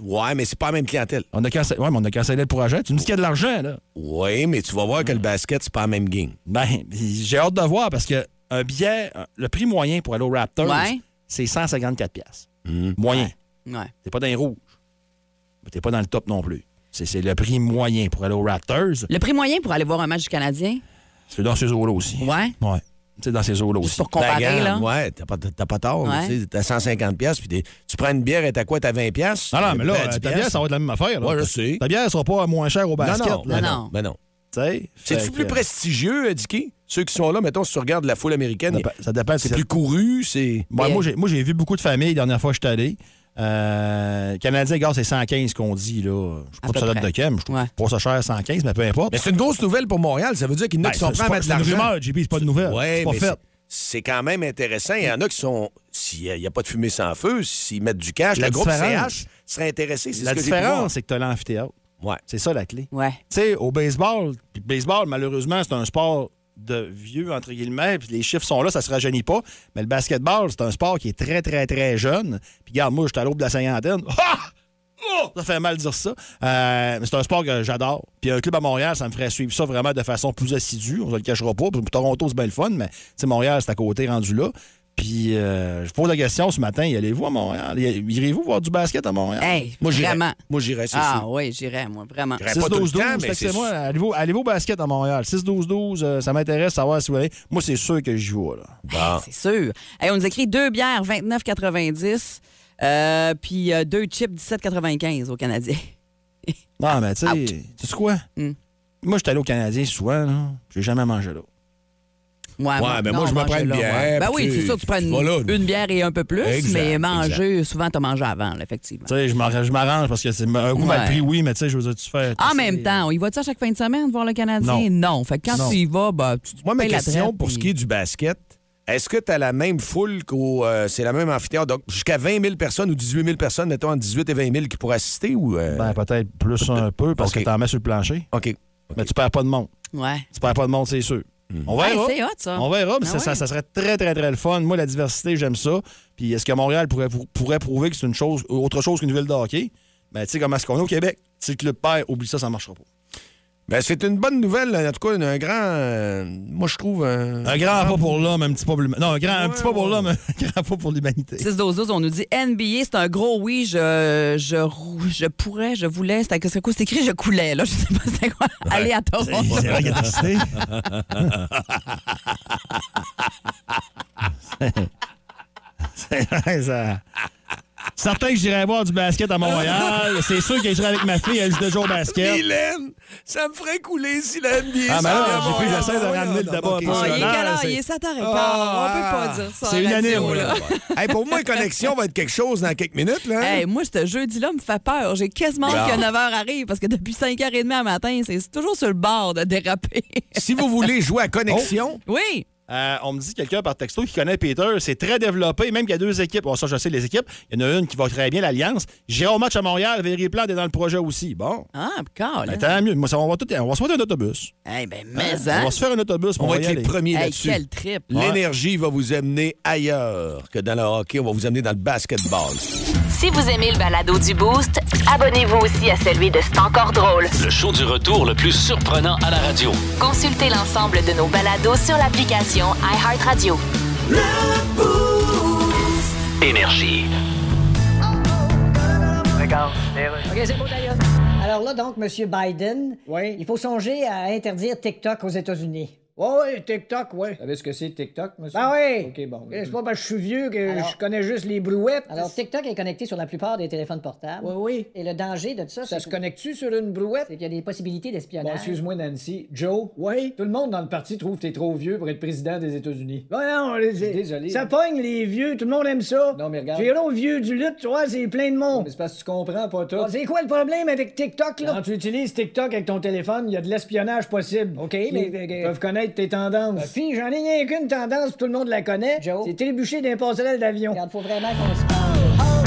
Ouais, mais c'est pas la même clientèle. On a cancellé, ouais, mais on a cancellé le projet. Tu me dis qu'il y a de l'argent, là. Oui, mais tu vas voir que le basket, c'est pas la même game. Ben, j'ai hâte de voir parce que un billet, un- le prix moyen pour aller aux Raptors, Ouais. c'est 154 pièces. Moyen. Ouais. T'es pas dans les rouges. Mais t'es pas dans le top non plus. C'est c'est le prix moyen pour aller aux Raptors. Le prix moyen pour aller voir un match du Canadien? C'est dans ces eaux-là aussi. Ouais. Ouais. C'est dans ces eaux-là Juste aussi. pour comparer, Ben, là. regarde, Ouais, t'as pas, t'as pas tort. Ouais. tu sais, T'as 150$, piastres, puis t'es- tu prends une bière, et t'as quoi? T'as 20$? piastres? Non, non, mais là, Ben, 10 ta bière, piastres. ça va être la même affaire. là. Ouais, je sais. Ta bière, elle sera pas moins chère au basket. Non, non, ben là. Non, non. non. ben non. Tu sais, fait C'est-tu que- plus prestigieux, euh, Dicky? Ceux qui sont là, mettons, si tu regardes la foule américaine, Ça dépend- ça dépend si- c'est plus couru, c'est... Ouais, Mais- moi, j'ai- moi, j'ai vu beaucoup de familles la dernière fois que je suis allé. Euh, Canadien, gars, c'est 115 qu'on dit. À Là. Je ne sais pas peu si ça date près. de quel, mais je trouve Ouais. pas ça cher 115, mais peu importe. Mais c'est une grosse nouvelle pour Montréal. Ça veut dire qu'il y en a Ben, qui c'est sont prêts à pas- mettre de c'est une l'argent. rumeur, JP, c'est pas de nouvelle. Ouais, c'est pas mais fait. c'est- c'est quand même intéressant. Il y en a qui sont. S'il n'y a, il y a pas de fumée sans feu, s'ils mettent du cash, La le groupe différence. CH serait intéressé. C'est La ce que j'ai pu voir. différence, c'est que tu as l'amphithéâtre. Ouais. C'est ça la clé. Ouais. Tu sais, au baseball, puis le baseball, malheureusement, c'est un sport de vieux, entre guillemets, puis les chiffres sont là, ça se rajeunit pas. Mais le basketball, c'est un sport qui est très, très, très jeune. Puis regarde, moi, je suis à l'aube de la cinquantaine. [LAUGHS] Ah! Oh! Ça fait mal de dire ça. Euh, mais c'est un sport que j'adore. Puis un club à Montréal, ça me ferait suivre ça vraiment de façon plus assidue. On ne le cachera pas. Puis Toronto, c'est bien le fun, mais tu sais, Montréal, c'est à côté, rendu là. Puis euh, je pose la question ce matin, y allez-vous à Montréal? Y- Irez-vous voir du basket à Montréal? Hey, Moi, j'irais. vraiment. Moi, j'irais, c'est Ah sûr. oui, j'irais, moi, vraiment. J'irais Ben, pas tout le 6-12-12, temps, mais c'est textez-moi. Allez-vous allez au basket à Montréal. 6-12-12, euh, ça m'intéresse savoir si vous allez. Moi, c'est sûr que j'y vais. Là. Bon. C'est sûr. Hey, on nous écrit deux bières, 29,90. euh, puis euh, deux chips, 17,95 au Canadien. [LAUGHS] Non, mais tu sais, Out. tu sais quoi? Mm. Moi, je suis allé au Canadien souvent. là. J'ai jamais mangé là. Ouais, Ouais, ben non, moi, je me mange prends une là, bière, ouais. Ben oui, puis tu- c'est sûr, tu prends tu vas là. une, une bière et un peu plus, Exact, mais manger, souvent, t'as mangé avant, là, effectivement. Tu sais, je m'arrange je m'arrange parce que c'est un coup m'a Ouais. pris, oui, mais tu sais, je vous ai tu fais. En même temps, on y va-tu à chaque fin de semaine voir le Canadien? Non. Fait que quand Non. tu y vas, ben, tu tu Moi, ma payes la question traite, pour puis- ce qui est du basket, est-ce que tu as la même foule qu'au. euh, c'est la même amphithéâtre? Donc, jusqu'à 20 000 personnes ou 18 000 personnes, mettons, entre 18 et 20 000 qui pourraient assister ou. euh, Ben, peut-être plus un peu parce Ok. que t'en mets sur le plancher. OK. Mais tu perds pas de monde. Ouais. Tu perds pas de monde, c'est sûr. On Hey, verra. c'est hot, ça. On verra, mais Ah ça, ça- ouais. ça serait très, très, très le fun. Moi, la diversité, j'aime ça. Puis est-ce que Montréal pourrait, pourrait prouver que c'est une chose, autre chose qu'une ville de hockey? Ben, tu sais, comment est-ce qu'on est au Québec? Si le club perd, oublie ça, ça ne marchera pas. Ben, c'est une bonne nouvelle. En tout cas, un grand. euh, moi, je trouve. Un, Un grand pas pour l'homme, un petit pas pour l'humanité. Non, un, grand, un petit pas pour l'homme, un [LAUGHS] grand pas pour l'humanité. 6-12-12, on nous dit NBA, c'est un gros oui, je, je, rou- je pourrais, je voulais. C'est c'est quoi? C'est écrit, je coulais, là. Je sais pas c'est quoi. Aller à Ah, Toronto. C'est vrai qu'il a testé. [LAUGHS] C'est vrai, ça. Certain que j'irai voir du basket à [LAUGHS] Montréal. C'est sûr que j'irai avec ma fille, elle joue déjà au basket. Mylène, ça me ferait couler si la NBA. Ah, s'en mais là, vient à j'ai pris- Montréal. j'essaie de ramener le débat Ok, un peu Ah, c'est il est Non, quelle heure? c'est- Il est 7 h Ah, on peut pas dire ça. c'est à la unanime, radio, là. là. Hey, pour moi, Connexion va être quelque chose dans quelques minutes. Là. Hey, moi, ce jeudi-là me fait peur. J'ai quasiment hâte que 9h arrive parce que depuis 5h30 à matin, c'est c'est toujours sur le bord de déraper. [LAUGHS] Si vous voulez jouer à Connexion, oui. Euh, on me dit quelqu'un par texto qui connaît Peter, c'est très développé, même qu'il y a deux équipes. Bon, ça, je sais les équipes. Il y en a une qui va très bien, l'Alliance. J'irai au match à Montréal, Valérie Plante est dans le projet aussi. Bon, Ah, quand, ben, tant mieux. Moi, ça, on, va tout, on va se mettre un autobus. Eh ben, mais, On hein? va se faire un autobus. on on va y être les aller. premiers Hey, là-dessus. quel trip. L'énergie va vous amener ailleurs que dans le hockey. On va vous amener dans le basketball. Si vous aimez le balado du Boost, abonnez-vous aussi à celui de C'est encore drôle. Le show du retour le plus surprenant à la radio. Consultez l'ensemble de nos balados sur l'application iHeartRadio. Énergie. OK, c'est bon, d'ailleurs. Alors là, donc, M. Biden, il faut songer à interdire TikTok aux États-Unis. Oui, oui, TikTok, oui. Vous savez ce que c'est, TikTok, monsieur? Ben oui! OK, bon. C'est pas parce que je suis vieux que je connais juste les brouettes. Alors, TikTok est connecté sur la plupart des téléphones portables. Oui, oui. Et le danger de ça, c'est. Ça se connecte-tu sur une brouette? C'est qu'il y a des possibilités d'espionnage. excuse-moi, Nancy. Joe? Oui? Tout le monde dans le parti trouve que t'es trop vieux pour être président des États-Unis. Ben non, Désolé. Ça pogne, les vieux. Tout le monde aime ça. Non, mais regarde. Tu iras aux vieux du lutte, tu vois, c'est plein de monde. Mais c'est parce que tu comprends pas tout. c'est quoi le problème avec TikTok, là? Quand tu utilises TikTok avec ton téléphone, il y a de l'espionnage possible. OK, mais. Ils peuvent connaître tes tendances. Puis, j'en ai rien qu'une tendance, tout le monde la connaît. Joe. C'est trébucher d'un passerelle d'avion. Regarde, faut vraiment qu'on se parle.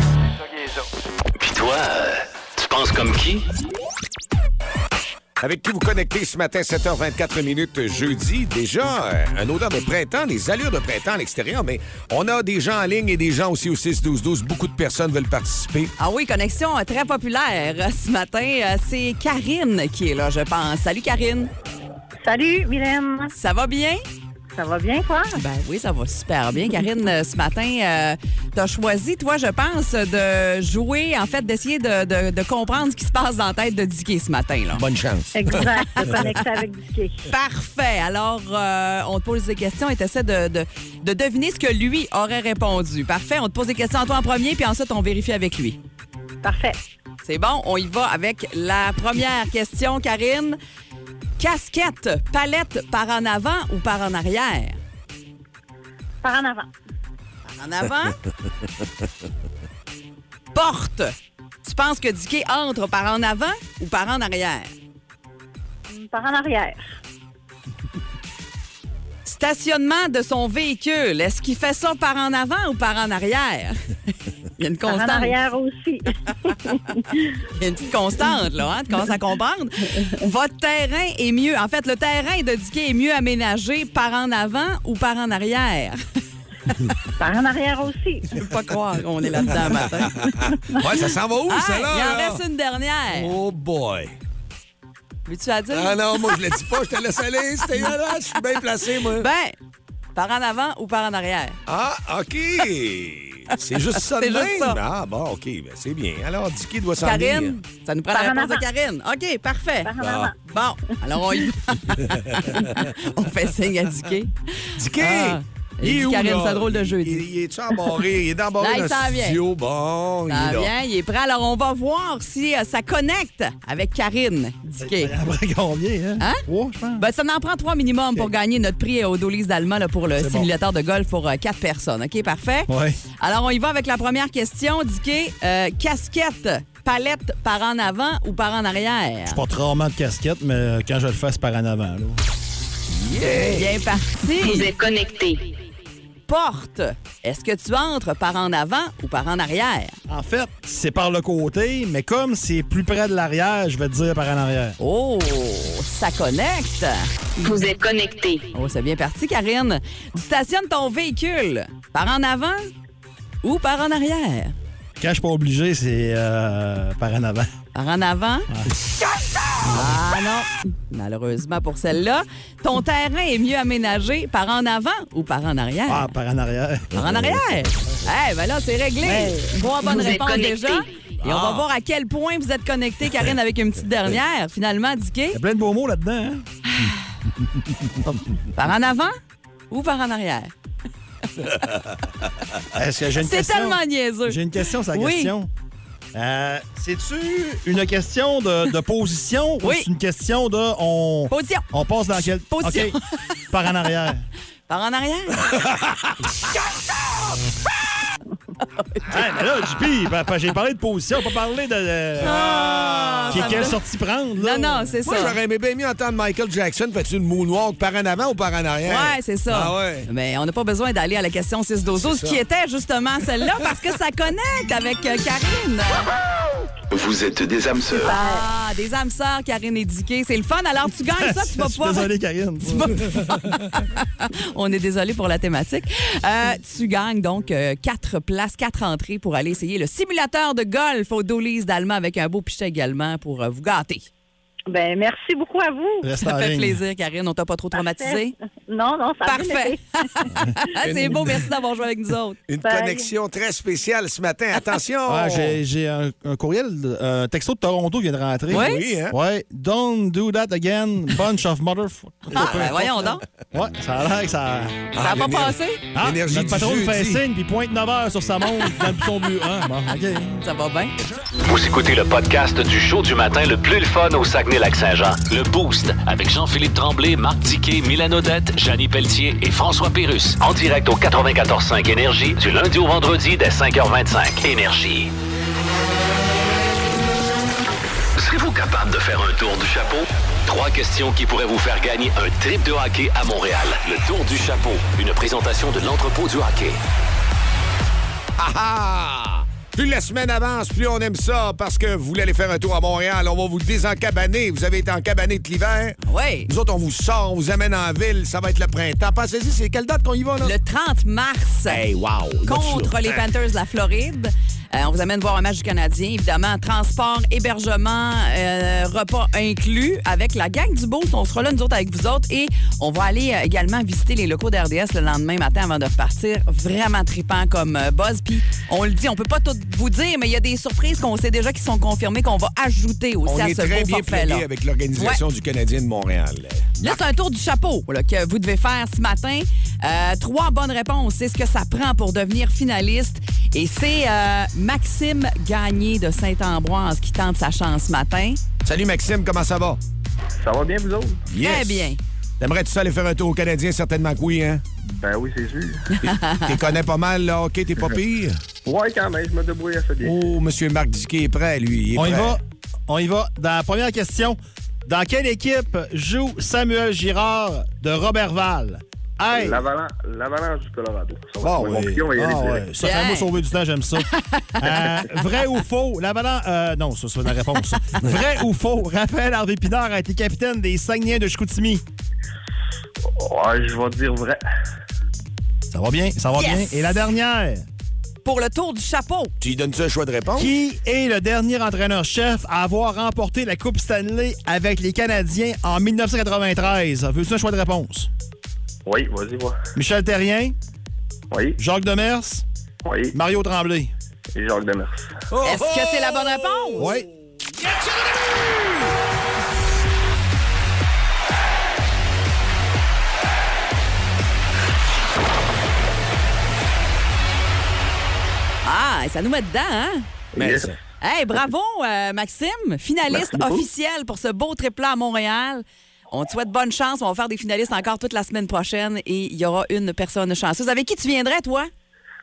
Puis toi, euh, tu penses comme qui? Avec qui vous connectez ce matin, 7h24 minutes jeudi. Déjà, euh, un odeur de printemps, des allures de printemps à l'extérieur, mais on a des gens en ligne et des gens aussi au 6-12-12. Beaucoup de personnes veulent participer. Ah oui, connexion euh, très populaire euh, ce matin. Euh, C'est Karine qui est là, je pense. Salut, Karine. Salut, Mylène. Ça va bien? Ça va bien, toi? Ben oui, ça va super bien. Karine, euh, ce matin, euh, t'as choisi, toi, je pense, de jouer, en fait, d'essayer de, de- de comprendre ce qui se passe dans la tête de Dicky ce matin. Là. Bonne chance. Exact, [LAUGHS] de connecter avec Dicky. Parfait. Alors, euh, on te pose des questions et t'essaies de, de, de deviner ce que lui aurait répondu. Parfait. On te pose des questions à toi en premier, puis ensuite, on vérifie avec lui. Parfait. C'est bon, on y va avec la première question, Karine. Casquette, palette par en avant ou par en arrière? Par en avant. Par en avant. Porte. Tu penses que Dicky entre par en avant ou par en arrière? Par en arrière. Stationnement de son véhicule. Est-ce qu'il fait ça par en avant ou par en [LAUGHS] arrière? Il y a une Par en constante. arrière aussi. Il y a une petite constante, là, hein? Tu commences [LAUGHS] à comprendre. Votre terrain est mieux. En fait, le terrain de Diquet est mieux aménagé par en avant ou par en arrière? [LAUGHS] Par en arrière aussi. Je peux pas croire qu'on [LAUGHS] est là-dedans, matin. ouais, ça s'en va où, Ah, ça, là? Il en là? reste une dernière. Oh boy. Veux-tu la dire? Ah non, moi, je le dis pas, je te laisse [LAUGHS] aller. C'était là, je suis bien placé, moi. Ben, par en avant ou par en arrière? Ah, OK. C'est juste ça [LAUGHS] de C'est juste même. ça. Ah, bon, OK, ben, c'est bien. Alors, Dicky doit s'en venir. Karine, ça nous prend la Par en réponse de avant. Karine. OK, parfait. Par en Ah. avant. Bon, alors on y va. [LAUGHS] on fait signe à Dicky. Dicky! Ah, il dit Karine, là? c'est un drôle de jeu, Il, dit. il est embarré? Il est [LAUGHS] Là, embarré il dans s'en le vient. studio. Bon, il Ça est là. vient, il est prêt. Alors, on va voir si euh, ça connecte avec Karine Diquet. [LAUGHS] Après combien, hein? Hein? Trois, je pense. Ben, ça en prend trois minimum pour gagner notre prix euh, au Dolis d'Allemand là, pour le C'est bon. simulateur de golf pour euh, quatre personnes. OK, parfait. Ouais. Alors, on y va avec la première question. Diquet, euh, casquette, palette par en avant ou par en arrière? Je porte rarement de casquette, mais euh, quand je le fais, c'est par en avant. là. Bien Vous parti. êtes connectés. Porte, est-ce que tu entres par en avant ou par en arrière? En fait, c'est par le côté, mais comme c'est plus près de l'arrière, je vais te dire par en arrière. Oh, ça connecte. Vous êtes connectés. Oh, c'est bien parti, Karine. Tu stationnes ton véhicule par en avant ou par en arrière? Quand je suis pas obligé, c'est euh, par en avant. Par en avant? Ah non, malheureusement pour celle-là. Ton terrain est mieux aménagé par en avant ou par en arrière? Ah, par en arrière. Par en arrière. Eh, ben là, c'est réglé. Trois bonnes Vous êtes réponses connectés. Ah. déjà. Et on va voir à quel point vous êtes connectés, Karine, avec une petite dernière. Finalement, Dicky, Il y a plein de beaux mots là-dedans, hein? par en avant ou par en arrière? Est-ce que j'ai une C'est question? tellement niaiseux. J'ai une question, sa Oui. question. Euh, C'est-tu une question de, de position ou Oui. c'est une question de on, Position. on passe dans quelle Position. OK. Par [LAUGHS] en arrière. Par en arrière? Ah, mais là, JP, pa- pa- j'ai parlé de position, pas parlé de. de- Ah, qui- ça me quelle donne- sortie prendre, là? Non, non, c'est Moi, ça. j'aurais aimé bien mieux entendre Michael Jackson. Fais-tu une moonwalk par en avant ou par en arrière? Ouais, c'est ça. Ah ouais. Mais on n'a pas besoin d'aller à la question 6 12 12, qui était justement celle-là parce que ça connecte avec euh, Karine. Vous êtes des âmes sœurs. Ah, des âmes sœurs, Karine et Dicky. C'est le fun. Alors tu gagnes ça, tu vas [LAUGHS] Je suis pouvoir. Désolé, Karine. On est désolé pour la thématique. Euh, tu gagnes donc euh, quatre places, quatre entrées pour aller essayer le simulateur de golf au Dolis d'Allemand avec un beau pichet également pour euh, vous gâter. Ben, merci beaucoup à vous. Reste Ça en fait ligne. plaisir, Karine. On t'a pas trop traumatisé. [LAUGHS] Non, non, ça a bien Parfait. été. C'est beau. Merci d'avoir joué avec nous autres. Une Bye. connexion très spéciale ce matin. Attention! [LAUGHS] Ah, Oh. j'ai- j'ai un, un courriel, de- un texto de Toronto qui vient de rentrer. Oui? Oui, hein? Ouais. Don't do that again, bunch of motherfuckers. Ah, ben voyons donc. [LAUGHS] Ouais, ça a l'air que ça. Ça n'a Ah, pas l'éner- passé? Ah, L'énergie notre du patron nous fait jeudi. signe, puis pointe 9 heures sur sa montre dans son but. Ah, [LAUGHS] bon, OK. Ça va bien. Vous écoutez le podcast du show du matin le plus le fun au Saguenay-Lac-Saint-Jean. Le Boost avec Jean-Philippe Tremblay, Marc Diquet, Milan Odette, Janine Pelletier et François Pérus. En direct au 94.5 Énergie du lundi au vendredi dès 5h25. Énergie. Serez-vous capable de faire un tour du chapeau? Trois questions qui pourraient vous faire gagner un trip de hockey à Montréal. Le tour du chapeau, une présentation de l'entrepôt du hockey. [LAUGHS] Ah, ah! Plus la semaine avance, plus on aime ça parce que vous voulez aller faire un tour à Montréal. On va vous désencabaner. Vous avez été encabané de l'hiver. Oui. Nous autres, on vous sort, on vous amène en ville. Ça va être le printemps. Pensez-y, c'est quelle date qu'on y va, là? Le 30 mars. Hey, wow! contre Là-dessus, les hein? Panthers de la Floride. Euh, on vous amène voir un match du Canadien, évidemment. Transport, hébergement, euh, repas inclus avec la gang du Beauce. On sera là, nous autres, avec vous autres. Et on va aller euh, également visiter les locaux d'RDS le lendemain matin avant de repartir. Vraiment tripant comme euh, buzz. Puis on le dit, on peut pas tout vous dire, mais il y a des surprises qu'on sait déjà qui sont confirmées qu'on va ajouter aussi On à est ce très beau bien forfait-là. plaignés avec l'Organisation du Canadien de Montréal. Là, c'est un tour du chapeau là, que vous devez faire ce matin. Euh, trois bonnes réponses. C'est ce que ça prend pour devenir finaliste. Et c'est euh, Maxime Gagné de Saint-Ambroise qui tente sa chance ce matin. Salut, Maxime, comment ça va? Ça va bien, vous autres? Très Yes. bien. T'aimerais-tu ça aller faire un tour au Canadien? Certainement que oui, hein? Ben oui, c'est sûr. [LAUGHS] T'es connais pas mal, là. OK, t'es [LAUGHS] pas pire. Ouais, quand même, je me débrouille assez bien. Oh, Monsieur Marc Diquet est prêt, lui. Il est On y prêt. va. On y va. Dans la première question, dans quelle équipe joue Samuel Girard de Robertval? Hey! L'avalan- L'avalanche du Colorado. Ça va Ah être moins compliqué, on va y aller ah direct. ouais. Ça fait moi sauver du temps, [LAUGHS] j'aime ça. Euh, vrai ou faux, l'avalanche... euh, non, ça, c'est la réponse. vrai ou faux, Raphaël Harvey Pinard a été capitaine des Saguenay de Chicoutimi. Ouais, je vais dire vrai. Ça va bien, ça va Yes! bien. Et la dernière, Pour le tour du chapeau. Tu lui donnes-tu un choix de réponse? qui est le dernier entraîneur-chef à avoir remporté la Coupe Stanley avec les Canadiens en 1993? Veux-tu un choix de réponse? Oui, vas-y, va. Michel Terrien? Oui. Jacques Demers? Oui. Mario Tremblay? Et Jacques Demers. Est-ce que c'est la bonne réponse? Oui. Ah, ça nous met dedans, hein? Mais Yes. ça- Hey, bravo, euh, Maxime, finaliste Merci beaucoup. officiel pour ce beau triple-là à Montréal. On te souhaite bonne chance. On va faire des finalistes encore toute la semaine prochaine et il y aura une personne chanceuse. Avec qui tu viendrais, toi?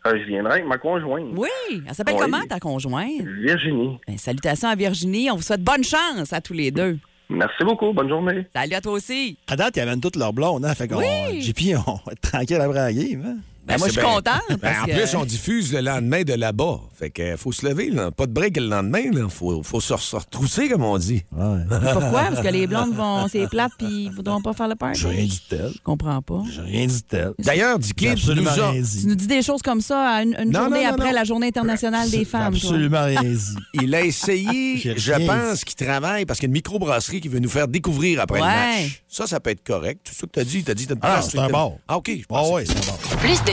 Euh, je viendrai avec ma conjointe. Oui. Elle s'appelle Oui. comment, ta conjointe? Virginie. Ben, salutations à Virginie. On vous souhaite bonne chance à tous les deux. Merci beaucoup. Bonne journée. Salut à toi aussi. À date, ils amènent toutes leurs blondes. Hein? Fait qu'on, Oui. JP, on va être tranquille après la game. hein? Ben, moi, je suis c'est bien. contente. Ben, parce en que- plus, on diffuse le lendemain de là-bas. Fait que euh, faut se lever, là. Pas de break le lendemain, là. Faut, faut se, se retrousser, comme on dit. Ah, [LAUGHS] Pourquoi? Parce que les blondes vont. C'est plate puis ils voudront pas faire le party. J'ai rien dit de tel. Je comprends pas. J'ai rien dit de tel. D'ailleurs, J'ai Dicky, tu nous absolument as... rien Tu dit. nous dis des choses comme ça à une, une Non, journée non, non, après non. la Journée internationale des femmes. toi. Absolument rien dit. Il a essayé, [LAUGHS] J'ai je rien pense, qu'il travaille parce qu'il y a une microbrasserie qui veut nous faire découvrir après Ouais. le match. Ça, ça peut être correct. Tout ce que t'as dit, t'as dit t'as une [LAUGHS] Ah, place, c'est un t'as- bar. Ah, OK. je Ah pensais ouais, que- c'est bon. Plus de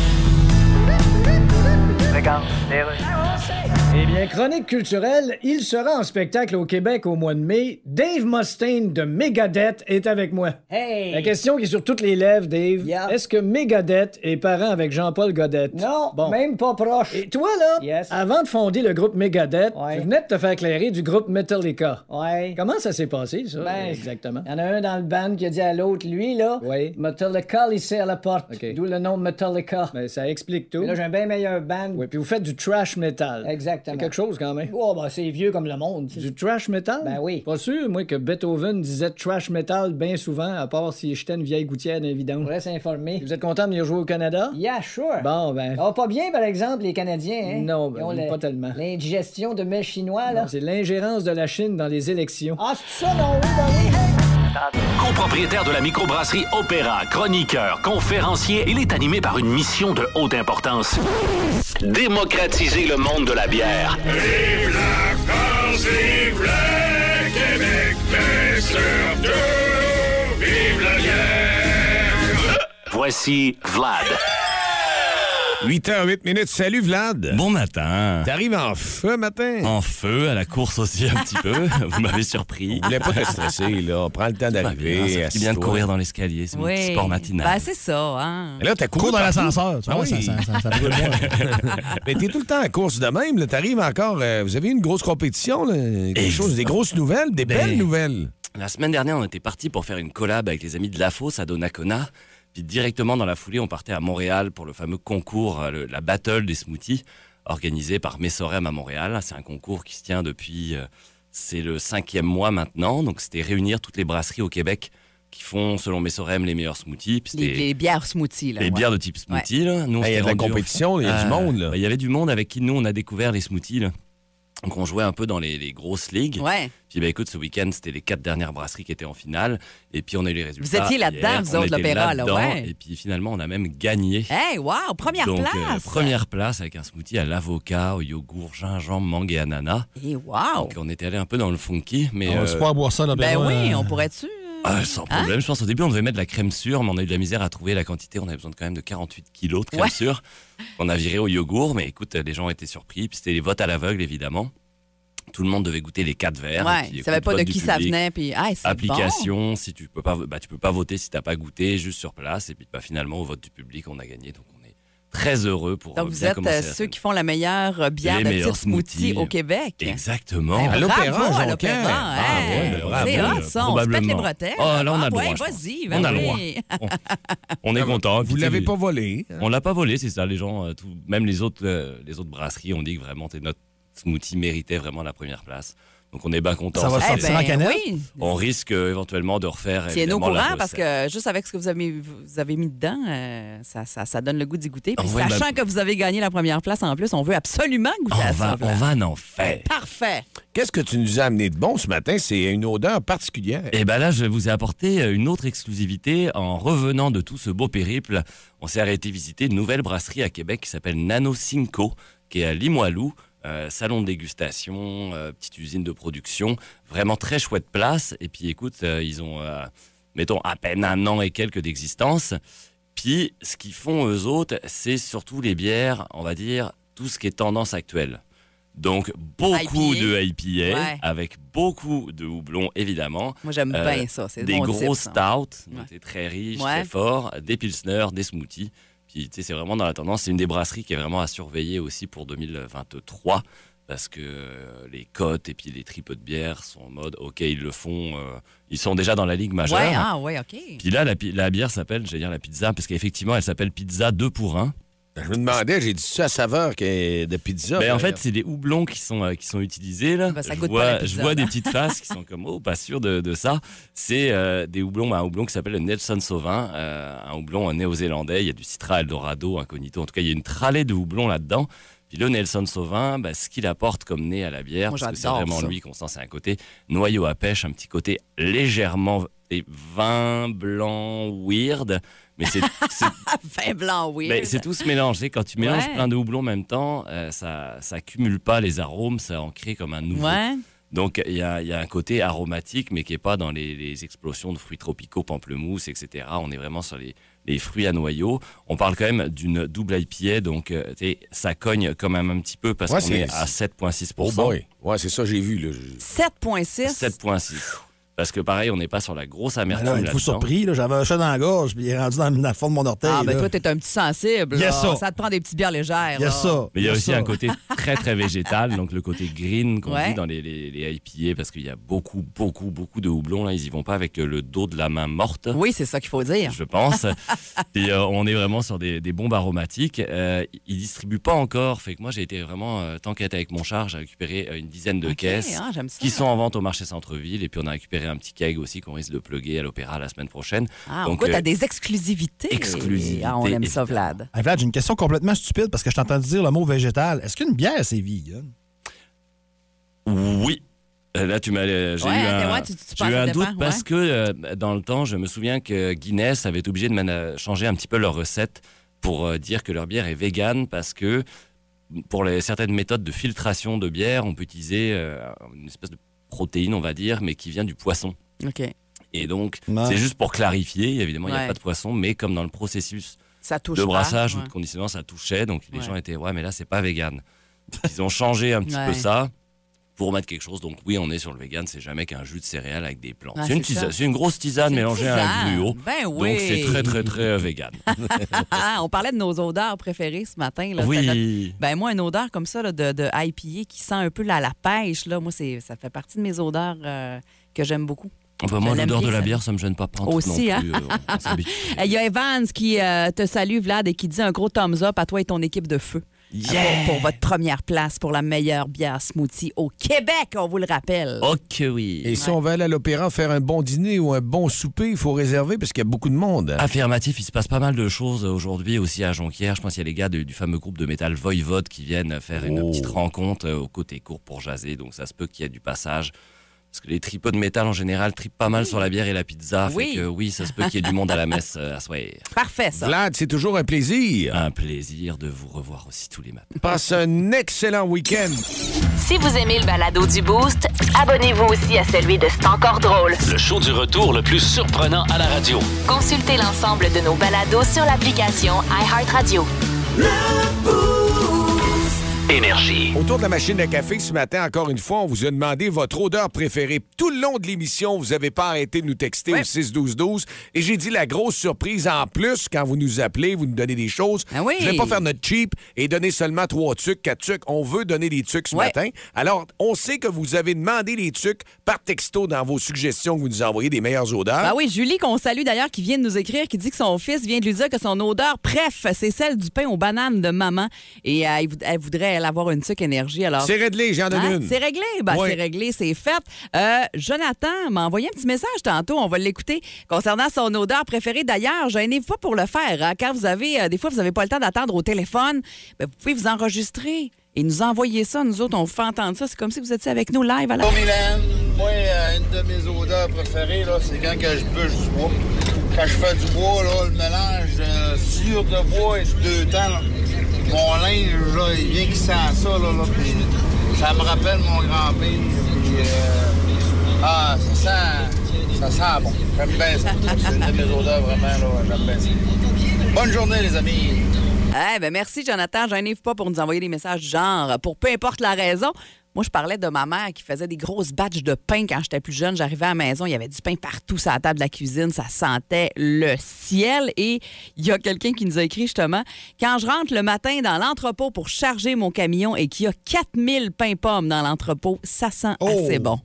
Eh bien, chronique culturelle, il sera en spectacle au Québec au mois de mai. Dave Mustaine de Megadeth est avec moi. Hey! La question qui est sur toutes les lèvres, Dave. Est-ce que Megadeth est parent avec Jean-Paul Godette? Non, même pas proche. Et toi, là, avant de fonder le groupe Megadeth, tu venais de te faire éclairer du groupe Metallica. Ouais. Comment ça s'est passé, ça, exactement? Il y en a un dans le band qui a dit à l'autre, lui, là, oui. Metallica, ici à la porte. D'où le nom Metallica. Mais Ben, ça explique tout. là, j'ai un bien meilleur band. Oui, puis vous faites du trash metal. Exactement. C'est quelque chose, quand même. Oh, bah c'est vieux comme le monde. Du trash metal? Ben oui. Pas sûr, moi, que Beethoven disait trash metal bien souvent, à part si j'étais une vieille gouttière d'invidence. Faudrait s'informer. Vous êtes content de venir jouer au Canada? Yeah, sure. Bon, ben. Oh, pas bien, par exemple, les Canadiens, hein? Non, ben, pas tellement. L'indigestion de mets chinois, là. C'est l'ingérence de la Chine dans les élections. Ah, c'est ça, non, oui, Copropriétaire de la microbrasserie Opéra, chroniqueur, conférencier, il est animé par une mission de haute importance. Démocratiser le monde de la bière. Voici Vlad. 8 h 8 minutes. Salut, Vlad. Bon matin. T'arrives en feu matin. En feu, à la course aussi un petit [LAUGHS] peu. Vous m'avez surpris. Je voulais pas te stresser, là. Prends le temps Ah, d'arriver. ça fait du bien de assis-toi. courir dans l'escalier. Bah, C'est mon Oui. petit sport matinal. Ben, c'est ça, hein? Mais Là, t'as couru Cours dans partout. l'ascenseur, tu Ah vois, oui. ça, ça, ça, ça brûle moins. [LAUGHS] Mais t'es tout le temps à la course de même. là. T'arrives encore. euh, vous avez eu une grosse compétition. Là. Quelque Exact. chose, des grosses nouvelles, des Ben, belles nouvelles. La semaine dernière, on était parti pour faire une collab avec les amis de La Fosse à Donnacona. Puis directement dans la foulée, on partait à Montréal pour le fameux concours, euh, le- la Battle des Smoothies, organisé par Messorem à Montréal. C'est un concours qui se tient depuis, euh, c'est le cinquième mois maintenant. Donc c'était réunir toutes les brasseries au Québec qui font, selon Messorem, les meilleurs smoothies. Puis Les, c'était les bières smoothies, là. les ouais. bières de type smoothie. là. Nous, on Il y s'était a de la rendus au- compétition, il y a du Ah, monde. là. bah, Il y avait du monde avec qui nous, on a découvert les smoothies. là. Donc on jouait un peu dans les, les grosses ligues. Ouais. Puis bah, écoute, ce week-end, c'était les quatre dernières brasseries qui étaient en finale. Et puis on a eu les résultats. étiez là-dedans, hier. vous On autres, était l'opéra, là, là-dedans. ouais. Et puis finalement, on a même gagné. Hey, wow, première Donc, euh, place! première place avec un smoothie à l'avocat, au yogourt, gingembre, mangue et ananas. Et Eh, wow! Donc on était allé un peu dans le funky, mais On va euh, se pas boire ça, là, Ben Benoît. oui, on pourrait-tu? ah, sans problème. Je pense au début on devait mettre de la crème sûre, mais on a eu de la misère à trouver la quantité. On avait besoin de quand même de 48 kilos de crème Ouais. sûre. On a viré au yogourt, mais écoute, les gens étaient surpris. Puis c'était les votes à l'aveugle évidemment. Tout le monde devait goûter les quatre verres. ouais, Et puis, tu savais écoute, pas de vote du qui ça public, venait, puis hey, c'est bon. Application, si tu peux pas, bah, tu peux pas voter si t'as pas goûté, juste sur place. Et puis bah, finalement au vote du public, on a gagné. Donc on est très heureux pour Donc, euh, vous bien êtes commencer euh, la ceux semaine. qui font la meilleure euh, bière Les de type meilleurs smoothie smoothies. au Québec. Exactement. Ben, À l'opéra, bravo à Jonquière. l'opéra, Ah, hein. ouais, ben, bravo, c'est hot, euh, ça, on se pète les probablement. bretelles. Ah, là, on a le droit, ouais, je pense. vas-y, ben On a le oui. Ah. On Ah, bah. est content. Vous l'avez pas volé. hein? On l'a pas volé, c'est ça. Les gens, euh, tout- même les autres, euh, les autres brasseries ont dit que vraiment, t'es notre smoothie méritait vraiment la première place. Donc on est bien content. Ça va sortir en canette? Eh ben oui. On risque euh, éventuellement de refaire. Tiens-nous au évidemment, la courant parce recette. que juste avec ce que vous avez, vous avez mis dedans, euh, ça, ça, ça donne le goût d'y goûter. Puis Ah ouais, sachant ben- que vous avez gagné la première place en plus, on veut absolument goûter à On ça. va, on va en faire. Parfait. Qu'est-ce que tu nous as amené de bon ce matin? C'est une odeur particulière. Et bien là, je vous ai apporté euh, une autre exclusivité. En revenant de tout ce beau périple, on s'est arrêté visiter une nouvelle brasserie à Québec qui s'appelle Nano Cinco, qui est à Limoilou. Euh, salon de dégustation, euh, petite usine de production. Vraiment très chouette place. Et puis écoute, euh, ils ont, euh, mettons, à peine un an et quelques d'existence. Puis ce qu'ils font eux autres, c'est surtout les bières, on va dire, tout ce qui est tendance actuelle. Donc beaucoup IPA. de IPA Ouais. avec beaucoup de houblon évidemment. Moi, j'aime bien ça, c'est Des bon type, gros ça. stouts, Ouais. donc c'est très riche, Ouais. très fort, des pilsners, des smoothies. Puis tu sais, c'est vraiment dans la tendance. C'est une des brasseries qui est vraiment à surveiller aussi pour 2023 parce que euh, les cotes et puis les tripots de bière sont en mode OK, ils le font, euh, ils sont déjà dans la ligue majeure. Ouais, ah ouais, OK. Puis là, la, pi- la bière s'appelle, j'allais dire la pizza, parce qu'effectivement, elle s'appelle pizza 2 pour 1. Je me demandais, j'ai dit ça à saveur qui est de pizza. ben, en fait, c'est des houblons qui sont, euh, qui sont utilisés. Là. Bah, ça je goûte pas vois, la pizza, je vois des là. petites faces qui sont comme, oh, pas sûr de, de ça. C'est euh, des houblons, bah, un houblon qui s'appelle le Nelson Sauvin, euh, un houblon néo-zélandais. Il y a du Citra Eldorado, Incognito. En tout cas, il y a une tralée de houblons là-dedans. Puis le Nelson Sauvin, bah, ce qu'il apporte comme nez à la bière, Moi, parce que c'est j'adore vraiment ça. lui qu'on sent, c'est un côté noyau à pêche, un petit côté légèrement et vin blanc weird, mais c'est c'est [LAUGHS] Vin blanc, oui. ben, c'est tout se mélange. Quand tu mélanges Ouais. plein de houblons en même temps, euh, ça ça cumule pas les arômes, ça en crée comme un nouveau. Ouais. Donc il y a, il y a un côté aromatique, mais qui est pas dans les, les explosions de fruits tropicaux, pamplemousse, etc. On est vraiment sur les, les fruits à noyaux. On parle quand même d'une double IPA, donc euh, tu sais, ça cogne quand même un petit peu parce Ouais, qu'on c'est- est à 7,6%. Oh boy. Ouais, c'est ça, j'ai vu. Là. 7,6. 7,6. Parce que pareil, on n'est pas sur la grosse amertume Alors, Bah êtes-vous là-dedans. surpris? là? J'avais un chat dans la gorge, puis il est rendu dans la fond de mon orteil. Ah, là. ben toi, t'es un petit sensible. Yes, là. sir. Ça te prend des petites bières légères. Yes, là. sir. Mais il y a Bien aussi sûr. un côté très, très végétal, donc le côté green qu'on Ouais. dit dans les, les, les IPA, parce qu'il y a beaucoup, beaucoup, beaucoup de houblon. Là, ils y vont pas avec le dos de la main morte. Oui, c'est ça qu'il faut dire. Je pense. Et euh, on est vraiment sur des, des bombes aromatiques. Euh, ils distribuent pas encore. Fait que moi, j'ai été vraiment, euh, tant qu'être avec mon char, j'ai récupéré euh, une dizaine de caisses ah, j'aime ça. qui sont en vente au marché centre-ville. Et puis, on a récupéré un petit keg aussi qu'on risque de plugger à l'opéra la semaine prochaine. Ah, on goûte euh, à des exclusivités. exclusivité, Ah, on aime ça, Vlad. Hey, Vlad, j'ai une question complètement stupide parce que je t'entends dire le mot végétal. Est-ce qu'une bière, c'est vegan? Oui. Euh, Là, tu m'as. euh, J'ai Ouais, eu mais un, ouais, tu- tu j'ai penses eu ça un dépend, doute parce ouais. que euh, dans le temps, je me souviens que Guinness avait été obligé de mana- changer un petit peu leur recette pour euh, dire que leur bière est végane parce que pour les, certaines méthodes de filtration de bière, on peut utiliser euh, une espèce de protéine, on va dire, mais qui vient du poisson. OK. Et donc, Ah. Ouais. c'est juste pour clarifier. Évidemment, il n'y Ouais. a pas de poisson, mais comme dans le processus Ça touche de pas, brassage ouais. ou de conditionnement, ça touchait. Donc, les Ouais. gens étaient, ouais, mais là, c'est pas vegan. Ils ont changé un petit Ouais. peu ça pour mettre quelque chose. Donc, oui, on est sur le vegan. C'est jamais qu'un jus de céréales avec des plantes. Ouais, c'est une, c'est ça. tisane- c'est une grosse tisane C'est une mélangée à un tisane. gruau. Ben oui. Donc, c'est très, très, très euh, [LAUGHS] vegan. Ah, on parlait de nos odeurs préférées ce matin. Là, Oui. C'était notre- Ben, moi, une odeur comme ça là, de, de IPA qui sent un peu la, la pêche, là, moi, c'est, ça fait partie de mes odeurs euh, que j'aime beaucoup. Enfin, Je moi, l'aime l'odeur bien, de la ça. bière, ça me gêne pas pantoute non Aussi, plus. hein? Euh, [LAUGHS] on- on s'habitue. Il y a Evans qui euh, te salue, Vlad, et qui dit un gros thumbs up à toi et ton équipe de feu. Yeah! Pour, pour votre première place pour la meilleure bière smoothie au Québec, on vous le rappelle. Ok, oui. Et si on veut aller à l'opéra faire un bon dîner ou un bon souper, il faut réserver parce qu'il y a beaucoup de monde. Ah, Affirmatif, il se passe pas mal de choses aujourd'hui aussi à Jonquière. Je pense qu'il y a les gars de- du fameux groupe de métal Voivode qui viennent faire une petite rencontre euh, au côté court pour jaser. Donc ça se peut qu'il y ait du passage. Parce que les tripots de métal en général tripent pas mal sur la bière et la pizza. Oui. Fait que oui, ça se peut qu'il y ait du monde à la messe euh, à soir. Parfait, ça. Vlad, c'est toujours un plaisir. Un plaisir de vous revoir aussi tous les matins. Passe un excellent week-end. Si vous aimez le balado du Boost, abonnez-vous aussi à celui de C'est encore drôle. Le show du retour le plus surprenant à la radio. Consultez l'ensemble de nos balados sur l'application iHeartRadio. Énergie. Autour de la machine à café ce matin, encore une fois, on vous a demandé votre odeur préférée. Tout le long de l'émission, vous n'avez pas arrêté de nous texter au 6-12-12. Et j'ai dit la grosse surprise en plus, quand vous nous appelez, vous nous donnez des choses. Ah oui. Je ne vais pas faire notre cheap et donner seulement trois trucs, quatre trucs. On veut donner des trucs ce Ouais. matin. Alors, on sait que vous avez demandé les trucs par texto dans vos suggestions que vous nous envoyez des meilleures odeurs. Ah oui, Julie, qu'on salue d'ailleurs, qui vient de nous écrire, qui dit que son fils vient de lui dire que son odeur, bref, c'est celle du pain aux bananes de maman. Et euh, il vou- elle voudrait, elle, avoir une tuque énergie. Alors, C'est réglé, j'en donne Hein? une. C'est réglé, ben, Oui. c'est réglé, c'est fait. Euh, Jonathan m'a envoyé un petit message tantôt, on va l'écouter, concernant son odeur préférée. D'ailleurs, gênez-vous pas pour le faire, hein, car vous avez, euh, des fois, vous n'avez pas le temps d'attendre au téléphone. Ben, vous pouvez vous enregistrer et nous envoyer ça. Nous autres, on vous fait entendre ça. C'est comme si vous étiez avec nous live. à la- Bon, Mylène, moi, euh, une de mes odeurs préférées, là, c'est quand que je bûche du bois. Quand je fais du bois, là, le mélange euh, sûr de bois et de deux temps, là, mon linge, là, il vient qui sent ça, là, là, puis ça me rappelle mon grand-père. puis, euh, ah, ça sent, ça sent bon. J'aime bien ça. C'est une de mes odeurs, vraiment, là, j'aime bien ça. Bonne journée, les amis. Eh ben merci, Jonathan. Gênez-vous pas pour nous envoyer des messages du genre, pour peu importe la raison. Moi, je parlais de ma mère qui faisait des grosses batches de pain quand j'étais plus jeune. J'arrivais à la maison, il y avait du pain partout sur la table de la cuisine. Ça sentait le ciel. Et il y a quelqu'un qui nous a écrit justement Quand je rentre le matin dans l'entrepôt pour charger mon camion et qu'il y a 4000 pains pommes dans l'entrepôt, ça sent assez bon.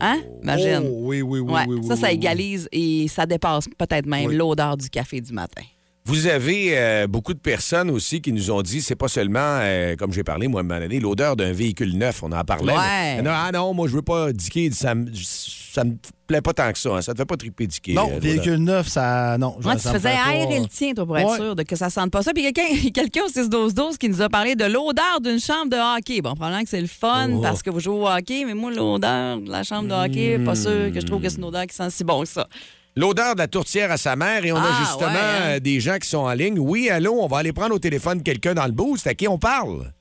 Hein? Imagine. Oh, oui, oui, oui, Ouais. oui, oui, ça, ça oui, égalise et ça dépasse peut-être même Oui. l'odeur du café du matin. Vous avez euh, beaucoup de personnes aussi qui nous ont dit, c'est pas seulement, euh, comme j'ai parlé, moi, à un moment donné, l'odeur d'un véhicule neuf, on en parlait. Ouais. mais- Non, ah non, moi, je veux pas diquer, ça me, ça me plaît pas tant que ça, hein, ça te fait pas triper diquer. euh, Non, Eh, l'odeur. véhicule neuf, ça. Non, Moi, je- tu ça me faisais fait pas, aérer euh, le tien, toi, pour être Ouais. sûr de que ça sente pas ça. Puis quelqu'un quelqu'un au 6-12-12 qui nous a parlé de l'odeur d'une chambre de hockey. Bon, probablement que c'est le fun Oh. parce que vous jouez au hockey, mais moi, l'odeur de la chambre de hockey, pas sûr que je trouve que c'est une odeur qui sent si bon que ça. L'odeur de la tourtière à sa mère et on Ah, a justement ouais, hein. euh, des gens qui sont en ligne. Oui, allô, on va aller prendre au téléphone quelqu'un dans le boost. À qui on parle?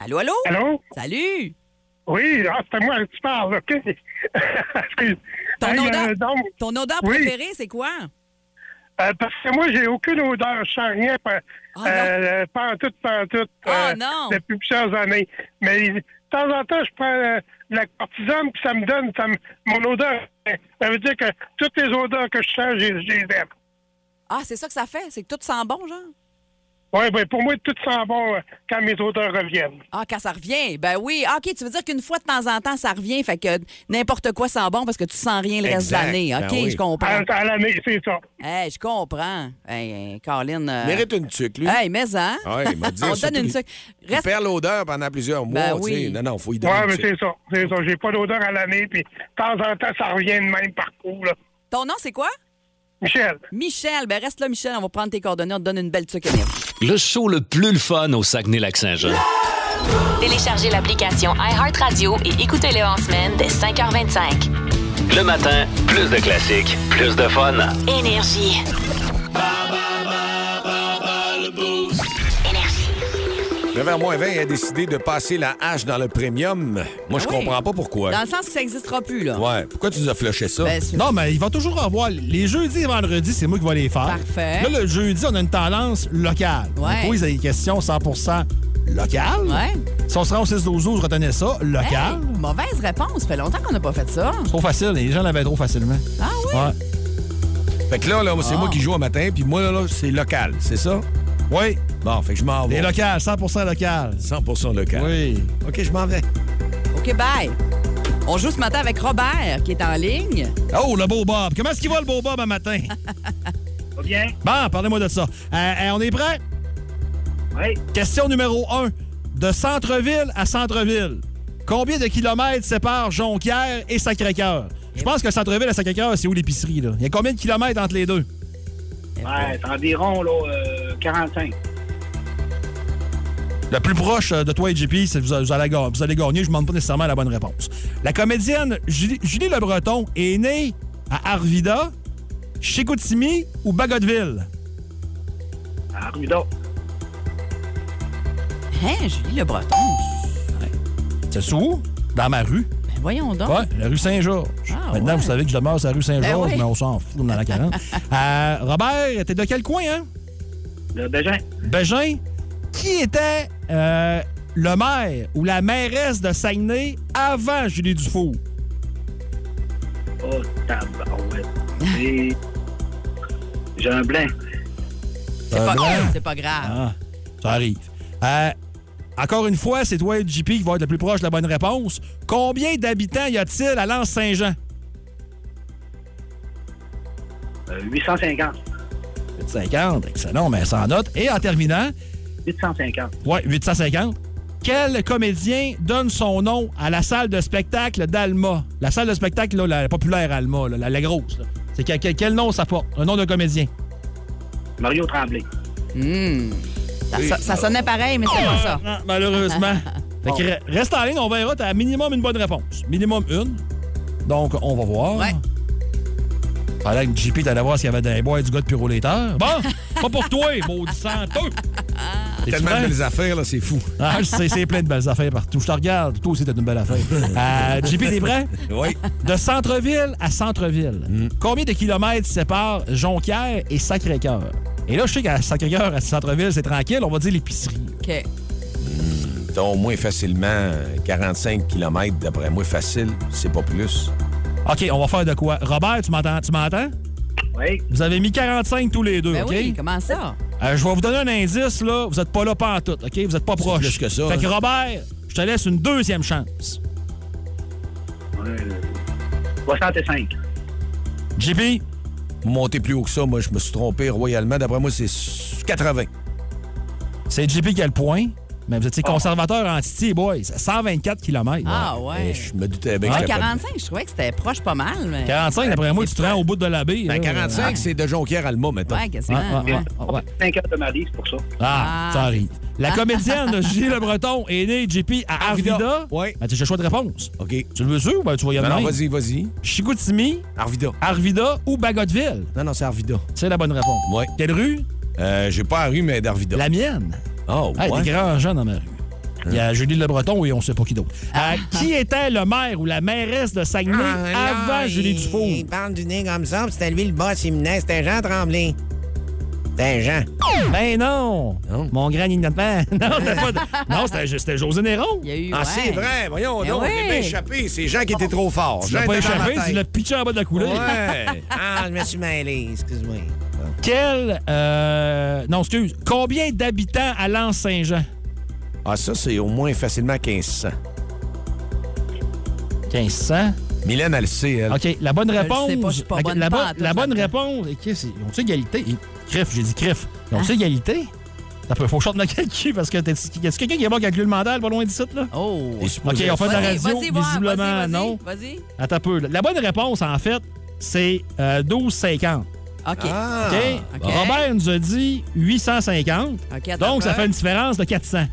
Allô, allô? Allô? Salut! Oui, ah, c'est à moi que tu parles, OK? [LAUGHS] Excuse. Ton Hey, odeur, euh, donc, ton odeur oui. préférée, c'est quoi? euh, parce que moi, j'ai aucune odeur, je sens rien, pas, euh, pantoute, pantoute, Ah, non. euh, depuis plusieurs années. Mais de temps en temps, je prends euh, de la cortisane, puis ça me donne ça me- mon odeur. Ça veut dire que toutes les odeurs que je sens, j'ai les aime. Ah, c'est ça que ça fait? C'est que tout sent bon, genre? Oui, ben, pour moi, tout sent bon euh, quand mes odeurs reviennent. Ah, quand ça revient, ben oui. Ah, OK, tu veux dire qu'une fois de temps en temps, ça revient, fait que n'importe quoi sent bon parce que tu sens rien le reste de Exact. l'année. OK, Ben oui. je comprends. À- à l'année, c'est ça. Hey, je comprends. Hey, hey, Colin. euh, Mérite une tuque, lui. Hey, mais hein? Ouais, il m'a [LAUGHS] dit, On surtout, donne une il- sucre. Il perd l'odeur pendant plusieurs mois. Ben tu sais. oui. Non, non, faut y donner Oui, une mais tuque. ben, c'est ça. C'est ça. J'ai pas d'odeur à l'année, puis de temps en temps, ça revient de même parcours. Là. Ton nom, c'est quoi? Michel. Michel. Ben reste là, Michel. On va prendre tes coordonnées. On te donne une belle tuque énergie. Le show le plus le fun au Saguenay-Lac-Saint-Jean. Téléchargez l'application iHeartRadio et écoutez-le en semaine dès 5h25. Le matin, plus de classiques, plus de fun. Énergie. Le vers moins 20 a décidé de passer la hache dans le premium. Moi, je Ah oui. comprends pas pourquoi. Dans le sens que ça n'existera plus, là. Ouais, pourquoi tu nous as floché ça? Ben, c'est- Non, mais ils vont toujours en avoir. Les jeudis et vendredis, c'est moi qui vais les faire. Parfait. Là, le jeudi, on a une tendance locale. Ouais. Donc, oui, ils ont des questions 100 locales. Ouais. Si on se rend au 6-12-12, retenez ça, local. Hey, mauvaise réponse. Fait longtemps qu'on n'a pas fait ça. Trop facile, les gens l'avaient trop facilement. Ah oui? Fait que là, là c'est Ah. moi qui joue au matin, puis moi, là, là, c'est local, c'est ça? Oui. Bon, fait que je m'en vais. Les locales, 100 local. 100 local. Oui. OK, je m'en vais. OK, bye. On joue ce matin avec Robert, qui est en ligne. Oh, le beau Bob. Comment est-ce qu'il va, le beau Bob, un matin? Pas bien? Bon, parlez-moi de ça. Euh, euh, on est prêt? Oui. Question numéro 1. De centre-ville à centre-ville, combien de kilomètres séparent Jonquière et Sacré-Cœur? Je pense que centre-ville à Sacré-Cœur, c'est où l'épicerie, là? Il y a combien de kilomètres entre les deux? Ouais, c'est environ là, euh, 45. Le plus proche euh, de toi et JP, c'est vous, vous allez, ga- vous allez gagner. Je ne demande pas nécessairement la bonne réponse. La comédienne Julie, Julie Le Breton est née à Arvida, Chicoutimi ou Bagotville? À Ruda. Hein, Julie Le Breton. C'est sous? Dans ma rue. Ben voyons donc. Ouais, la rue Saint-Georges. Ah, Maintenant, ouais. vous savez que je demeure sur la rue Saint-Georges, Ben oui. mais on s'en fout, on est dans la 40. [LAUGHS] Euh, Robert, t'es de quel coin, hein? Le Bégin. Bégin, qui était euh, le maire ou la mairesse de Saguenay avant Julie Dufour? Oh, tabarouette. [LAUGHS] Et- J'ai un blanc. C'est Euh, pas blanc. grave. C'est pas grave. Ah, ça arrive. Euh, encore une fois, c'est toi et JP qui va être le plus proche de la bonne réponse. Combien d'habitants y a-t-il à Lens-Saint-Jean? Euh, 850. 850, excellent, mais sans note. Et en terminant, 850. ouais, 850. Quel comédien donne son nom à la salle de spectacle d'Alma? La salle de spectacle, là, la populaire Alma, là, la, la grosse. là. C'est que- que- quel nom ça porte? Un nom de comédien. Mario Tremblay. Ah, Ça, ça- ça sonnait pareil, mais c'est pas ça. Ah, malheureusement. Fait que re- reste en ligne, on verra. T'as minimum une bonne réponse. Minimum une. Donc, on va voir. Ouais. Pendant que JP t'allais voir s'il y avait dans les bois du gars de pyroléteur. Bon, pas pour toi, maudit senteux. T'es-tu Tellement prêt? de belles affaires, là, c'est fou. Ah, je sais, c'est plein de belles affaires partout. Je te regarde. Toi aussi, t'as une belle affaire. Euh, JP, t'es prêt? Oui. De centre-ville à centre-ville, Mm. combien de kilomètres séparent Jonquière et Sacré-Cœur? Et là, je sais qu'à Sacré-Cœur, à centre-ville, c'est tranquille. On va dire l'épicerie. OK. Donc, au moins facilement 45 km, d'après moi, facile, c'est pas plus. OK, on va faire de quoi? Robert, tu m'entends? Tu m'entends? Oui. Vous avez mis 45 tous les deux, Ben OK? oui, comment ça? Euh, je vais vous donner un indice, là. Vous n'êtes pas là pas en tout, OK? Vous n'êtes pas proche. plus que ça, Fait que hein? Robert, je te laisse une deuxième chance. Ouais, euh, 65. JP? Monter plus haut que ça, moi, je me suis trompé royalement. D'après moi, c'est s- 80. C'est JP qui a le point, mais vous étiez Ah. conservateur en Titi, boys. 124 km. Ah, ouais. Je me doutais bien Ouais, que j'étais pas- 45, je trouvais que c'était proche pas mal. Mais... 45, d'après moi, tu te rends au bout de la baie. Ben, là. 45, c'est de Jonquière à Alma, maintenant. Ouais, quasiment, Ah, ah, ah, ah, ouais. 5 heures de Marie, c'est pour ça. Ah, ça arrive. [LAUGHS] La comédienne Gilles Le Breton est née JP à Arvida. Oui. Ben, tu as le choix de réponse. OK. Tu le veux sûr ou ben, tu vas y aller? Non, non, de même? vas-y, vas-y. Chicoutimi, Arvida. Arvida ou Bagotville? Non, non, c'est Arvida. C'est la bonne réponse. Ouais. Quelle rue? Euh, J'ai pas la rue, mais d'Arvida. La mienne. Oh, Hey, ouais. Hein? Des grands gens dans ma rue. Il y a Julie Le Breton et on sait pas qui d'autre. Ah. Euh, qui était le maire ou la mairesse de Saguenay avant Julie Dufour? parle du nez comme ça, puis c'était lui le boss, il menait, c'était Jean Tremblay. C'était Jean. Ben non! Mon grand ignotant. Non, c'était pas [LAUGHS] de- non, c'était- c'était José Néron. Il y a eu. Ah, c'est ouais. vrai, voyons Ben donc, ouais. j'ai bien échappé. C'est Jean qui était trop fort. Tu Jean l'as pas était Ben, dans ma échappé, tu tête. l'as pitché en bas de la coulée. Ouais. Ah, je me suis mêlé, excuse-moi. Quel. euh, non, excuse. Combien d'habitants à Lens-Saint-Jean? Ah, ça, c'est au moins facilement 1500. 1500. Mylène, elle le sait, elle. OK, la bonne le réponse. sais pas, Euh, je suis pas la, bonne la bonne- pas en tout, la bonne là-dedans. réponse. Et qu'est-ce que c'est? Ils ont-tu égalité? Ils- Criff, j'ai dit criff. Ils Ah. ont-tu égalité? Ça peut, faut que je sorte ma calcul parce que t'es- y a-tu quelqu'un qui a bon calcul mental pas loin d'ici, là? Oh. Il est OK, supposé- on fait de la Vas-y, radio, vas-y, voir, visiblement, vas-y, vas-y, non. Vas-y. Attends un peu. là. La bonne réponse, en fait, c'est euh, 12,50. OK. Ah, OK? OK. Robert nous a dit 850. OK, attends donc, un ça peu. fait une différence de 400.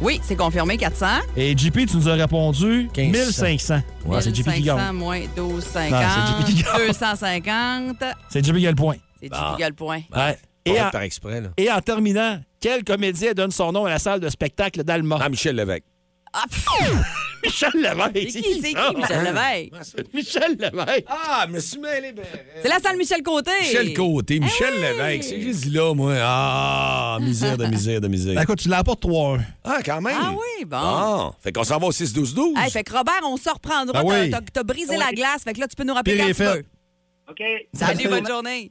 Oui, c'est confirmé, 400. Et JP, tu nous as répondu 1500. 1500. Ouais, c'est JP qui 1500 gagne. moins Non, c'est JP qui Ah. 1250. 250. C'est JP qui a le point. C'est JP qui a le point. Ouais. Pas Et, en, fait par exprès, là. et en terminant, quel comédien donne son nom à la salle de spectacle d'Alma? Ah, Michel Lévesque. Ah, pff, Michel Levesque. c'est qui, c'est ça? Ah. qui, Michel Levesque? Michel Levesque. Ah, je me suis mêlé, ben. C'est la salle Michel Côté. Michel Côté, Michel Lévesque. C'est juste là, moi. Ah, misère de misère de misère. écoute, tu l'apportes 3 Ah, quand même. Ah oui, bon. Ah, fait qu'on s'en va au 6-12-12. Hey, fait que Robert, on se reprendra. Ah oui. T'as- T'as t'as brisé la glace. Fait que là, tu peux nous rappeler quand Pire tu est fait. veux. OK. Salut, bonne journée.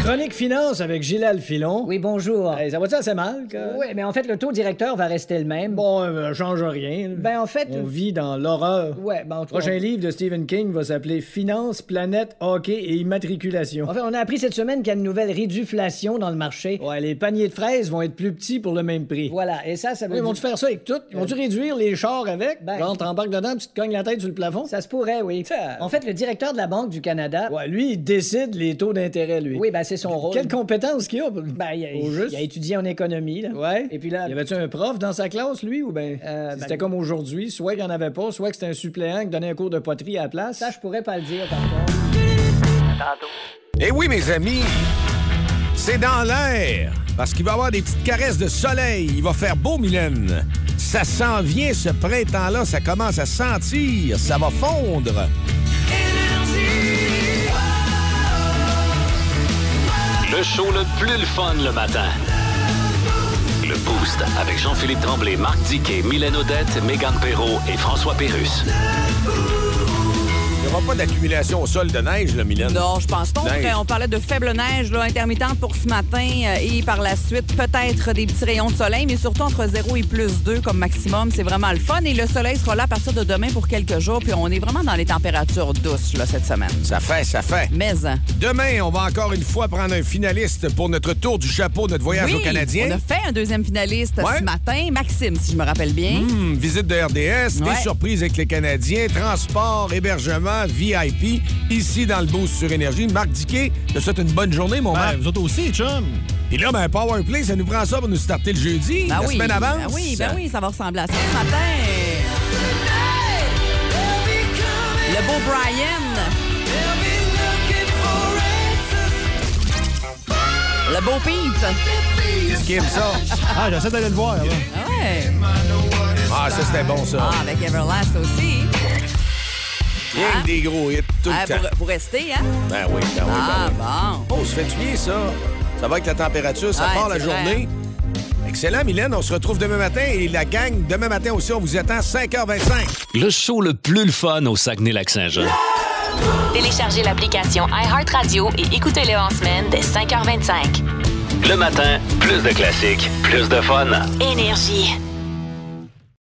Chronique finance avec Gilal Filon. Oui, bonjour. ça va-tu assez mal? Oui, mais en fait, le taux directeur va rester le même. Bon, euh, change rien. Ben, en fait. On vit dans l'horreur. Ouais, ben, Le prochain livre de Stephen King va s'appeler Finance, planète, hockey et immatriculation. En fait, on a appris cette semaine qu'il y a une nouvelle réduflation dans le marché. Ouais, les paniers de fraises vont être plus petits pour le même prix. Voilà, et ça, ça veut Ils vont-tu faire ça avec tout? Ils vont-tu réduire les chars avec? Euh, Ben, Genre, t'embarques dedans, tu te cognes la tête sur le plafond? Ça se pourrait, oui. En fait, le directeur de la Banque du Canada. Ouais, lui, il décide les taux d'intérêt, lui. Oui, ben, c'est son rôle. Quelle compétence qu'il a? Ben, il a, il a étudié en économie, là. Ouais. Et puis là. Y avait-tu un prof dans sa classe, lui, ou ben. c'était comme aujourd'hui, soit qu'il n'y en avait pas, soit que c'était un suppléant qui donnait un cours de poterie à la place. Ça, je pourrais pas le dire, par contre. Eh oui, mes amis, c'est dans l'air. Parce qu'il va y avoir des petites caresses de soleil. Il va faire beau, Mylène. Ça s'en vient, ce printemps-là. Ça commence à sentir. Ça va fondre. Le show le plus le fun le matin. Le Boost avec Jean-Philippe Tremblay, Marc Diquet, Milan Odette, Megan Perrault et François Pérus. Il n'y aura pas d'accumulation au sol de neige, là, Mylène? Non, je pense pas. Neige. On parlait de faible neige là, intermittente pour ce matin euh, et par la suite, peut-être des petits rayons de soleil, mais surtout entre 0 et plus 2 comme maximum. C'est vraiment le fun. Et le soleil sera là à partir de demain pour quelques jours. Puis on est vraiment dans les températures douces là, cette semaine. Ça fait, ça fait. Mais. hein. Demain, on va encore une fois prendre un finaliste pour notre tour du chapeau, notre voyage Oui, au Canadien. On a fait un deuxième finaliste Ouais. ce matin, Maxime, si je me rappelle bien. Hmm, visite de RDS, Ouais. des surprises avec les Canadiens, transport, hébergement, VIP, ici dans le Boost sur Énergie. Marc Diquet, je te souhaite une bonne journée, Ben, mon Marc. Vous autres aussi, chum. Puis là, ben, Power Play, ça nous prend ça pour nous starter le jeudi, Ben la oui, semaine avant. ben oui, ben oui, ça va ressembler à ça ce matin. Le beau Brian. Le beau Pete. Kim, ça. Ah, j'essaie d'aller le voir. là. Ouais. Ah, ça, c'était bon, ça. Ah, avec Everlast aussi. Rien que des gros hits tout Ah, le temps. pour, pour rester, hein? Ben oui, ben oui, ben Ah, oui. bon. Oh, se fait du bien, ça. Ça va avec la température, ça Ouais, part la c'est vrai. journée. Excellent, Mylène. On se retrouve demain matin et la gang, demain matin aussi, on vous attend 5h25. Le show le plus le fun au Saguenay-Lac-Saint-Jean. Téléchargez l'application iHeartRadio et écoutez-le en semaine dès 5h25. Le matin, plus de classiques, plus de fun. Énergie.